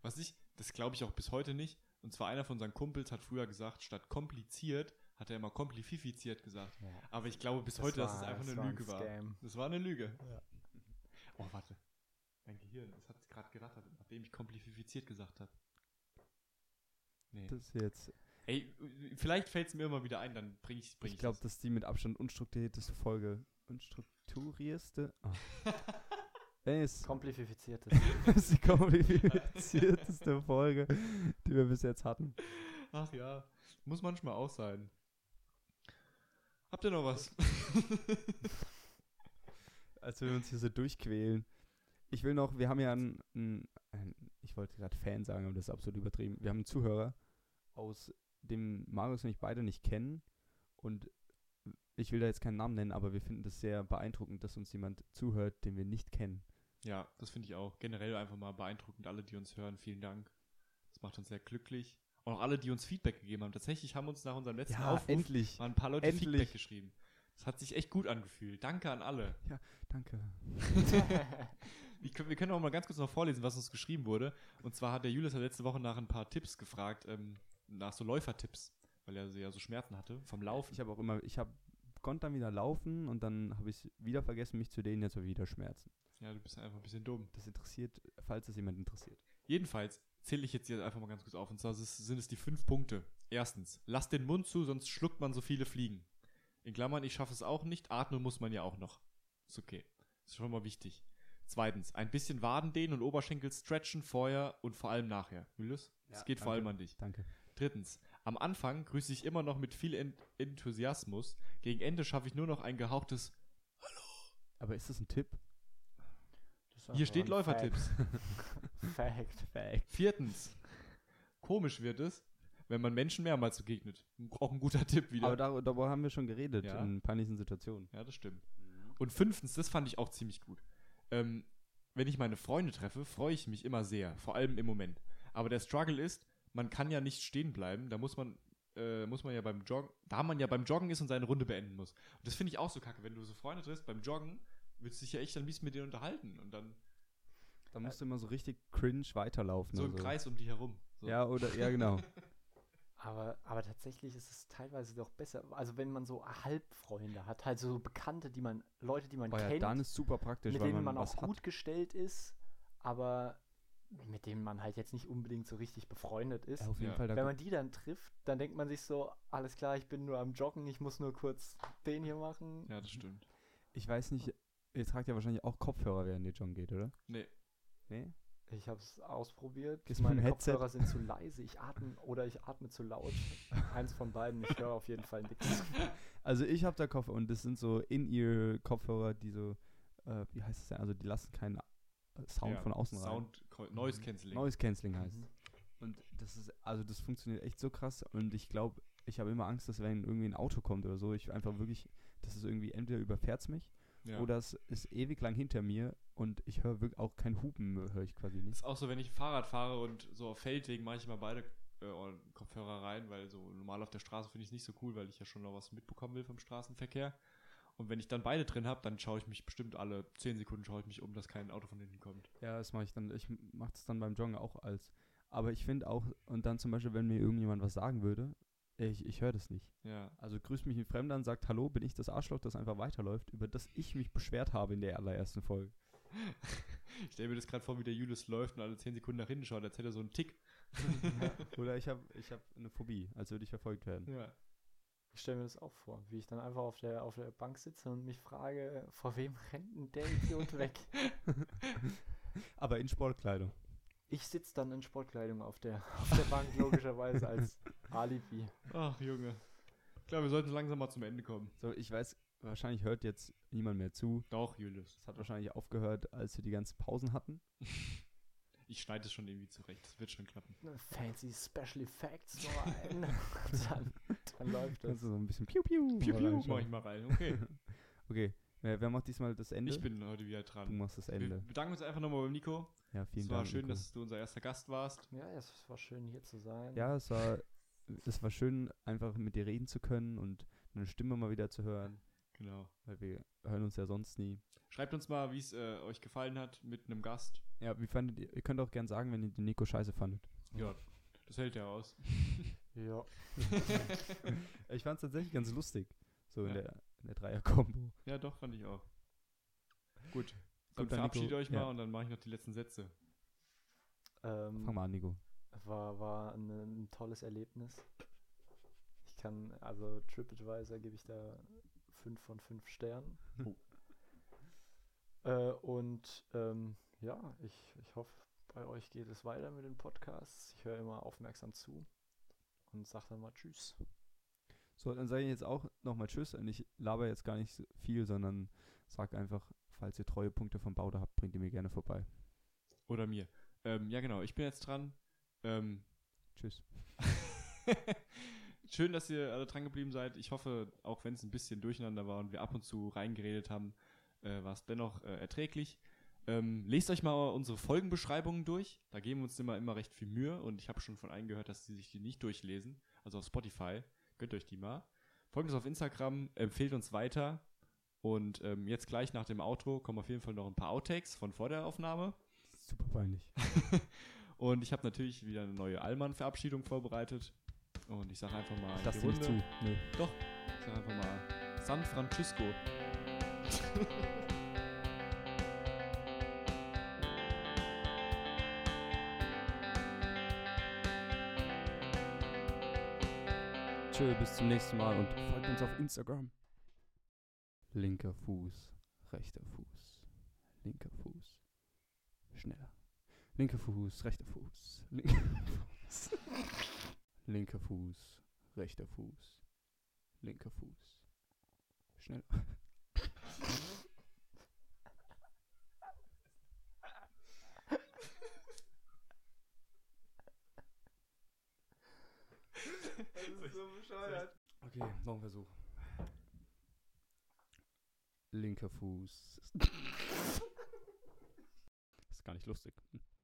Speaker 3: Was ich, das glaube ich auch bis heute nicht. Und zwar einer von unseren Kumpels hat früher gesagt, statt kompliziert, hat er immer komplifiziert gesagt.
Speaker 4: ja.
Speaker 3: Aber ich glaube bis
Speaker 4: Das
Speaker 3: heute, dass
Speaker 4: war-
Speaker 3: es einfach
Speaker 4: das
Speaker 3: eine
Speaker 4: war ein
Speaker 3: Lüge war.
Speaker 4: Scam.
Speaker 3: Das war eine Lüge. Oh, warte. Mein Gehirn, das hat gerade gerattert, nachdem ich komplifiziert gesagt habe. Nee.
Speaker 2: Das ist jetzt,
Speaker 3: Ey, vielleicht fällt es mir immer wieder ein, dann bringe ich, bring
Speaker 2: ich glaube, das ist die mit Abstand unstrukturierteste Folge. Unstrukturierste? Ah. Ey, es [laughs]
Speaker 4: [laughs] Komplifiziertes.
Speaker 2: ist die
Speaker 3: [laughs]
Speaker 2: komplizierteste Folge, die wir bis jetzt hatten.
Speaker 3: [laughs] Ach ja, muss manchmal auch sein. Habt ihr noch was?
Speaker 2: als wenn wir uns hier so durchquälen. Ich will noch, wir haben ja einen, einen, einen ich wollte gerade Fan sagen, aber das ist absolut übertrieben. Wir haben einen Zuhörer, aus dem Marius und ich beide nicht kennen. Und ich will da jetzt keinen Namen nennen, aber wir finden das sehr beeindruckend, dass uns jemand zuhört, den wir nicht kennen.
Speaker 3: Ja, das finde ich auch. Generell einfach mal beeindruckend, alle, die uns hören. Vielen Dank. Das macht uns sehr glücklich. Und auch alle, die uns Feedback gegeben haben. Tatsächlich haben uns nach unserem letzten Aufruf
Speaker 2: endlich.
Speaker 3: waren ein paar Leute Feedback
Speaker 2: Endlich.
Speaker 3: geschrieben. Das hat sich echt gut angefühlt. Danke
Speaker 2: [laughs]
Speaker 3: an alle.
Speaker 2: Danke.
Speaker 3: Wir können, wir können auch mal ganz kurz noch vorlesen, was uns geschrieben wurde. Und zwar hat der Julius ja letzte Woche nach ein paar Tipps gefragt, ähm, nach so Läufertipps, weil er so- ja so Schmerzen hatte vom Laufen.
Speaker 2: Ich habe auch immer, ich habe konnte dann wieder laufen und dann habe ich wieder vergessen, mich zu dehnen, jetzt habe ich wieder Schmerzen.
Speaker 3: ja, du bist einfach ein bisschen dumm.
Speaker 2: Das interessiert, falls es jemand interessiert.
Speaker 3: Jedenfalls zähle ich jetzt hier einfach mal ganz kurz auf. Und zwar s- sind es die fünf Punkte. Erstens, lass den Mund zu, sonst schluckt man so viele Fliegen. In Klammern, ich schaffe es auch nicht, atmen muss man ja auch noch. Ist okay. Ist schon mal wichtig. Zweitens, ein bisschen Waden dehnen und Oberschenkel stretchen vorher und vor allem nachher. Julius, es
Speaker 2: Ja,
Speaker 3: geht vor
Speaker 2: danke.
Speaker 3: allem an dich.
Speaker 2: Danke.
Speaker 3: Drittens, am Anfang grüße ich immer noch mit viel en Enthusiasmus. Gegen Ende schaffe ich nur noch ein gehauchtes.
Speaker 2: Aber ist das ein Tipp?
Speaker 3: Hier steht Läufertipps.
Speaker 4: [laughs] Fact.
Speaker 2: Fact.
Speaker 3: Viertens, komisch wird es, wenn man Menschen mehrmals begegnet. Auch ein guter Tipp wieder.
Speaker 2: Aber dar darüber haben wir schon geredet,
Speaker 3: Ja.
Speaker 2: in peinlichen Situationen.
Speaker 3: Ja, das stimmt. Und fünftens, das fand ich auch ziemlich gut. Ähm, wenn ich meine Freunde treffe, freue ich mich immer sehr, vor allem im Moment. Aber der Struggle ist, man kann ja nicht stehen bleiben, da muss man, äh, muss man ja beim Joggen, da man ja beim Joggen ist und seine Runde beenden muss. Und das finde ich auch so kacke, wenn du so Freunde triffst beim Joggen, willst du dich ja echt am liebsten mit denen unterhalten und dann
Speaker 2: Da musst du immer so richtig cringe weiterlaufen.
Speaker 3: so
Speaker 2: oder
Speaker 3: im Kreis um die herum. So.
Speaker 2: Ja, oder, ja, genau.
Speaker 4: Aber, aber tatsächlich ist es teilweise doch besser. Also wenn man so Halbfreunde hat, halt so Bekannte, die man, Leute, die man
Speaker 2: Boah, ja,
Speaker 4: kennt,
Speaker 2: dann ist super praktisch,
Speaker 4: mit
Speaker 2: weil
Speaker 4: denen
Speaker 2: man,
Speaker 4: man, auch
Speaker 2: was
Speaker 4: gut
Speaker 2: hat.
Speaker 4: gestellt ist, aber mit denen man halt jetzt nicht unbedingt so richtig befreundet ist.
Speaker 2: Ja, auf jeden
Speaker 3: Ja.
Speaker 2: Fall. Da
Speaker 4: Wenn man die dann trifft, dann denkt man sich so, alles klar, ich bin nur am Joggen, ich muss nur kurz den hier machen.
Speaker 3: Ja, das stimmt.
Speaker 2: ich weiß nicht, ihr tragt ja wahrscheinlich auch Kopfhörer, während ihr joggen geht, oder?
Speaker 3: Nee,
Speaker 2: Nee?
Speaker 4: Ich habe es ausprobiert.
Speaker 2: Gehst mit dem
Speaker 4: Meine
Speaker 2: Headset-
Speaker 4: Kopfhörer sind
Speaker 2: [laughs]
Speaker 4: zu leise. Ich atme oder ich atme zu laut. Eins von beiden. Ich höre auf jeden Fall nichts.
Speaker 2: Also ich habe da Kopfhörer und das sind so In-Ear-Kopfhörer, die so, äh, wie heißt es denn? Also die lassen keinen äh, Sound
Speaker 3: Ja,
Speaker 2: von außen rein. Mhm.
Speaker 3: Sound, Co- Noise Cancelling.
Speaker 2: Noise Cancelling heißt
Speaker 4: Mhm.
Speaker 2: Und das ist, also das funktioniert echt so krass. Und ich glaube, ich habe immer Angst, dass wenn irgendwie ein Auto kommt oder so, ich einfach wirklich, dass es irgendwie entweder überfährt's mich
Speaker 3: Ja.
Speaker 2: oder es ist ewig lang hinter mir und ich höre wirklich auch kein Hupen, höre ich quasi nicht.
Speaker 3: ist auch so, wenn ich Fahrrad fahre und so auf Feldwegen mache ich mal beide äh, Ohr- Kopfhörer rein, weil so normal auf der Straße finde ich es nicht so cool, weil ich ja schon noch was mitbekommen will vom Straßenverkehr. Und wenn ich dann beide drin habe, dann schaue ich mich bestimmt alle 10 Sekunden schaue ich mich um, dass kein Auto von hinten kommt.
Speaker 2: Ja, das mache ich dann. Ich mache das dann beim Joggen auch als. Aber ich finde auch, und dann zum Beispiel, wenn mir irgendjemand was sagen würde, ich, ich höre das nicht.
Speaker 3: Ja.
Speaker 2: Also grüßt mich ein Fremder und sagt, hallo, bin ich das Arschloch, das einfach weiterläuft, über das ich mich beschwert habe in der allerersten [laughs] Folge.
Speaker 3: Ich stelle mir das gerade vor, wie der Julius läuft und alle 10 Sekunden nach hinten schaut, als hätte er so einen [laughs] Tick.
Speaker 2: Oder ich habe ich hab eine Phobie, als würde ich verfolgt werden.
Speaker 3: Ja.
Speaker 4: Ich stelle mir das auch vor, wie ich dann einfach auf der, auf der Bank sitze und mich frage, vor wem rennt denn der Idiot weg?
Speaker 2: Aber in Sportkleidung.
Speaker 4: Ich sitze dann in Sportkleidung auf der, [laughs] auf
Speaker 2: [laughs]
Speaker 4: der Bank, logischerweise, als Alibi.
Speaker 3: Ach, Junge. Ich glaube, wir sollten langsam mal zum Ende kommen.
Speaker 2: So, ich weiß, wahrscheinlich hört jetzt niemand mehr zu.
Speaker 3: Doch, Julius.
Speaker 2: Es hat wahrscheinlich aufgehört, als wir die ganzen Pausen hatten.
Speaker 3: Ich schneide es schon irgendwie zurecht. Das wird schon klappen.
Speaker 4: Ne, Fancy Special
Speaker 2: [laughs]
Speaker 4: Effects noch ein. [laughs] dann, dann läuft das.
Speaker 2: Kannst du so ein bisschen Piu Piu.
Speaker 3: Piu,
Speaker 2: mal
Speaker 3: piu,
Speaker 2: reinschauen.
Speaker 3: mach ich mal rein. [laughs] Okay.
Speaker 2: Okay, wer, wer macht diesmal das Ende?
Speaker 3: Ich bin heute wieder
Speaker 2: Du
Speaker 3: dran.
Speaker 2: machst das
Speaker 3: Wir
Speaker 2: Ende.
Speaker 3: bedanken uns einfach nochmal beim Nico.
Speaker 2: Ja, vielen
Speaker 3: es war
Speaker 2: Dank.
Speaker 3: schön,
Speaker 2: Nico.
Speaker 3: dass du unser erster Gast warst.
Speaker 4: Ja, es war schön hier zu sein.
Speaker 2: Ja, es war, es war schön, einfach mit dir reden zu können und deine Stimme mal wieder zu hören,
Speaker 3: Genau.
Speaker 2: weil wir hören uns ja sonst nie.
Speaker 3: Schreibt uns mal, wie es äh, euch gefallen hat mit einem Gast.
Speaker 2: Ja, wie fandet ihr? Ihr könnt auch gern sagen, wenn ihr den Nico scheiße fandet.
Speaker 3: Ja, das hält ja aus.
Speaker 4: Ja.
Speaker 2: Ich fand es tatsächlich ganz lustig, so in
Speaker 3: Ja.
Speaker 2: der, in der Dreier-Kombo.
Speaker 3: ja, doch, fand ich auch. Gut. Dann
Speaker 2: Gut, dann,
Speaker 3: verabschiedet
Speaker 2: Nico.
Speaker 3: euch mal
Speaker 2: Ja.
Speaker 3: und dann mache ich noch die letzten Sätze.
Speaker 4: Ähm,
Speaker 2: Fang mal an, Nico.
Speaker 4: War, war ein, ein tolles Erlebnis. Ich kann, also TripAdvisor gebe ich da 5 von 5 Sternen.
Speaker 3: Oh.
Speaker 4: Äh, und ähm, ja, ich, ich hoffe, bei euch geht es weiter mit den Podcasts. Ich höre immer aufmerksam zu und sage dann mal Tschüss.
Speaker 2: So, dann sage ich jetzt auch nochmal Tschüss und ich laber jetzt gar nicht so viel, sondern sag einfach, falls ihr treue Punkte vom Bauder habt, bringt ihr mir gerne vorbei.
Speaker 3: Oder mir. Ähm, ja, genau. Ich bin jetzt dran. Ähm,
Speaker 2: Tschüss.
Speaker 3: [laughs] Schön, dass ihr alle dran geblieben seid. Ich hoffe, auch wenn es ein bisschen durcheinander war und wir ab und zu reingeredet haben, äh, war es dennoch äh, erträglich. Ähm, lest euch mal unsere Folgenbeschreibungen durch. Da geben wir uns immer, immer recht viel Mühe und ich habe schon von einigen gehört, dass sie sich die nicht durchlesen. Also auf Spotify. Gönnt euch die mal. Folgt uns auf Instagram, empfehlt uns weiter. Und ähm, jetzt gleich nach dem Outro kommen auf jeden Fall noch ein paar Outtakes von vor der Aufnahme.
Speaker 2: Super peinlich.
Speaker 3: Und ich habe natürlich wieder eine neue Allmann-Verabschiedung vorbereitet. Und ich sage einfach mal,
Speaker 2: Ich lass
Speaker 3: die
Speaker 2: dir nicht zu.
Speaker 3: Runde-
Speaker 2: Nö.
Speaker 3: Doch, ich sage einfach mal San Francisco.
Speaker 2: Tschö, bis zum nächsten Mal und folgt uns auf Instagram. Linker Fuß, rechter Fuß, linker Fuß. Schneller. Linker Fuß, rechter Fuß, linker [laughs] Fuß. linker Fuß, rechter Fuß, linker Fuß. Schneller. Okay, noch ein Versuch. [laughs] Linker Fuß. ist gar nicht lustig.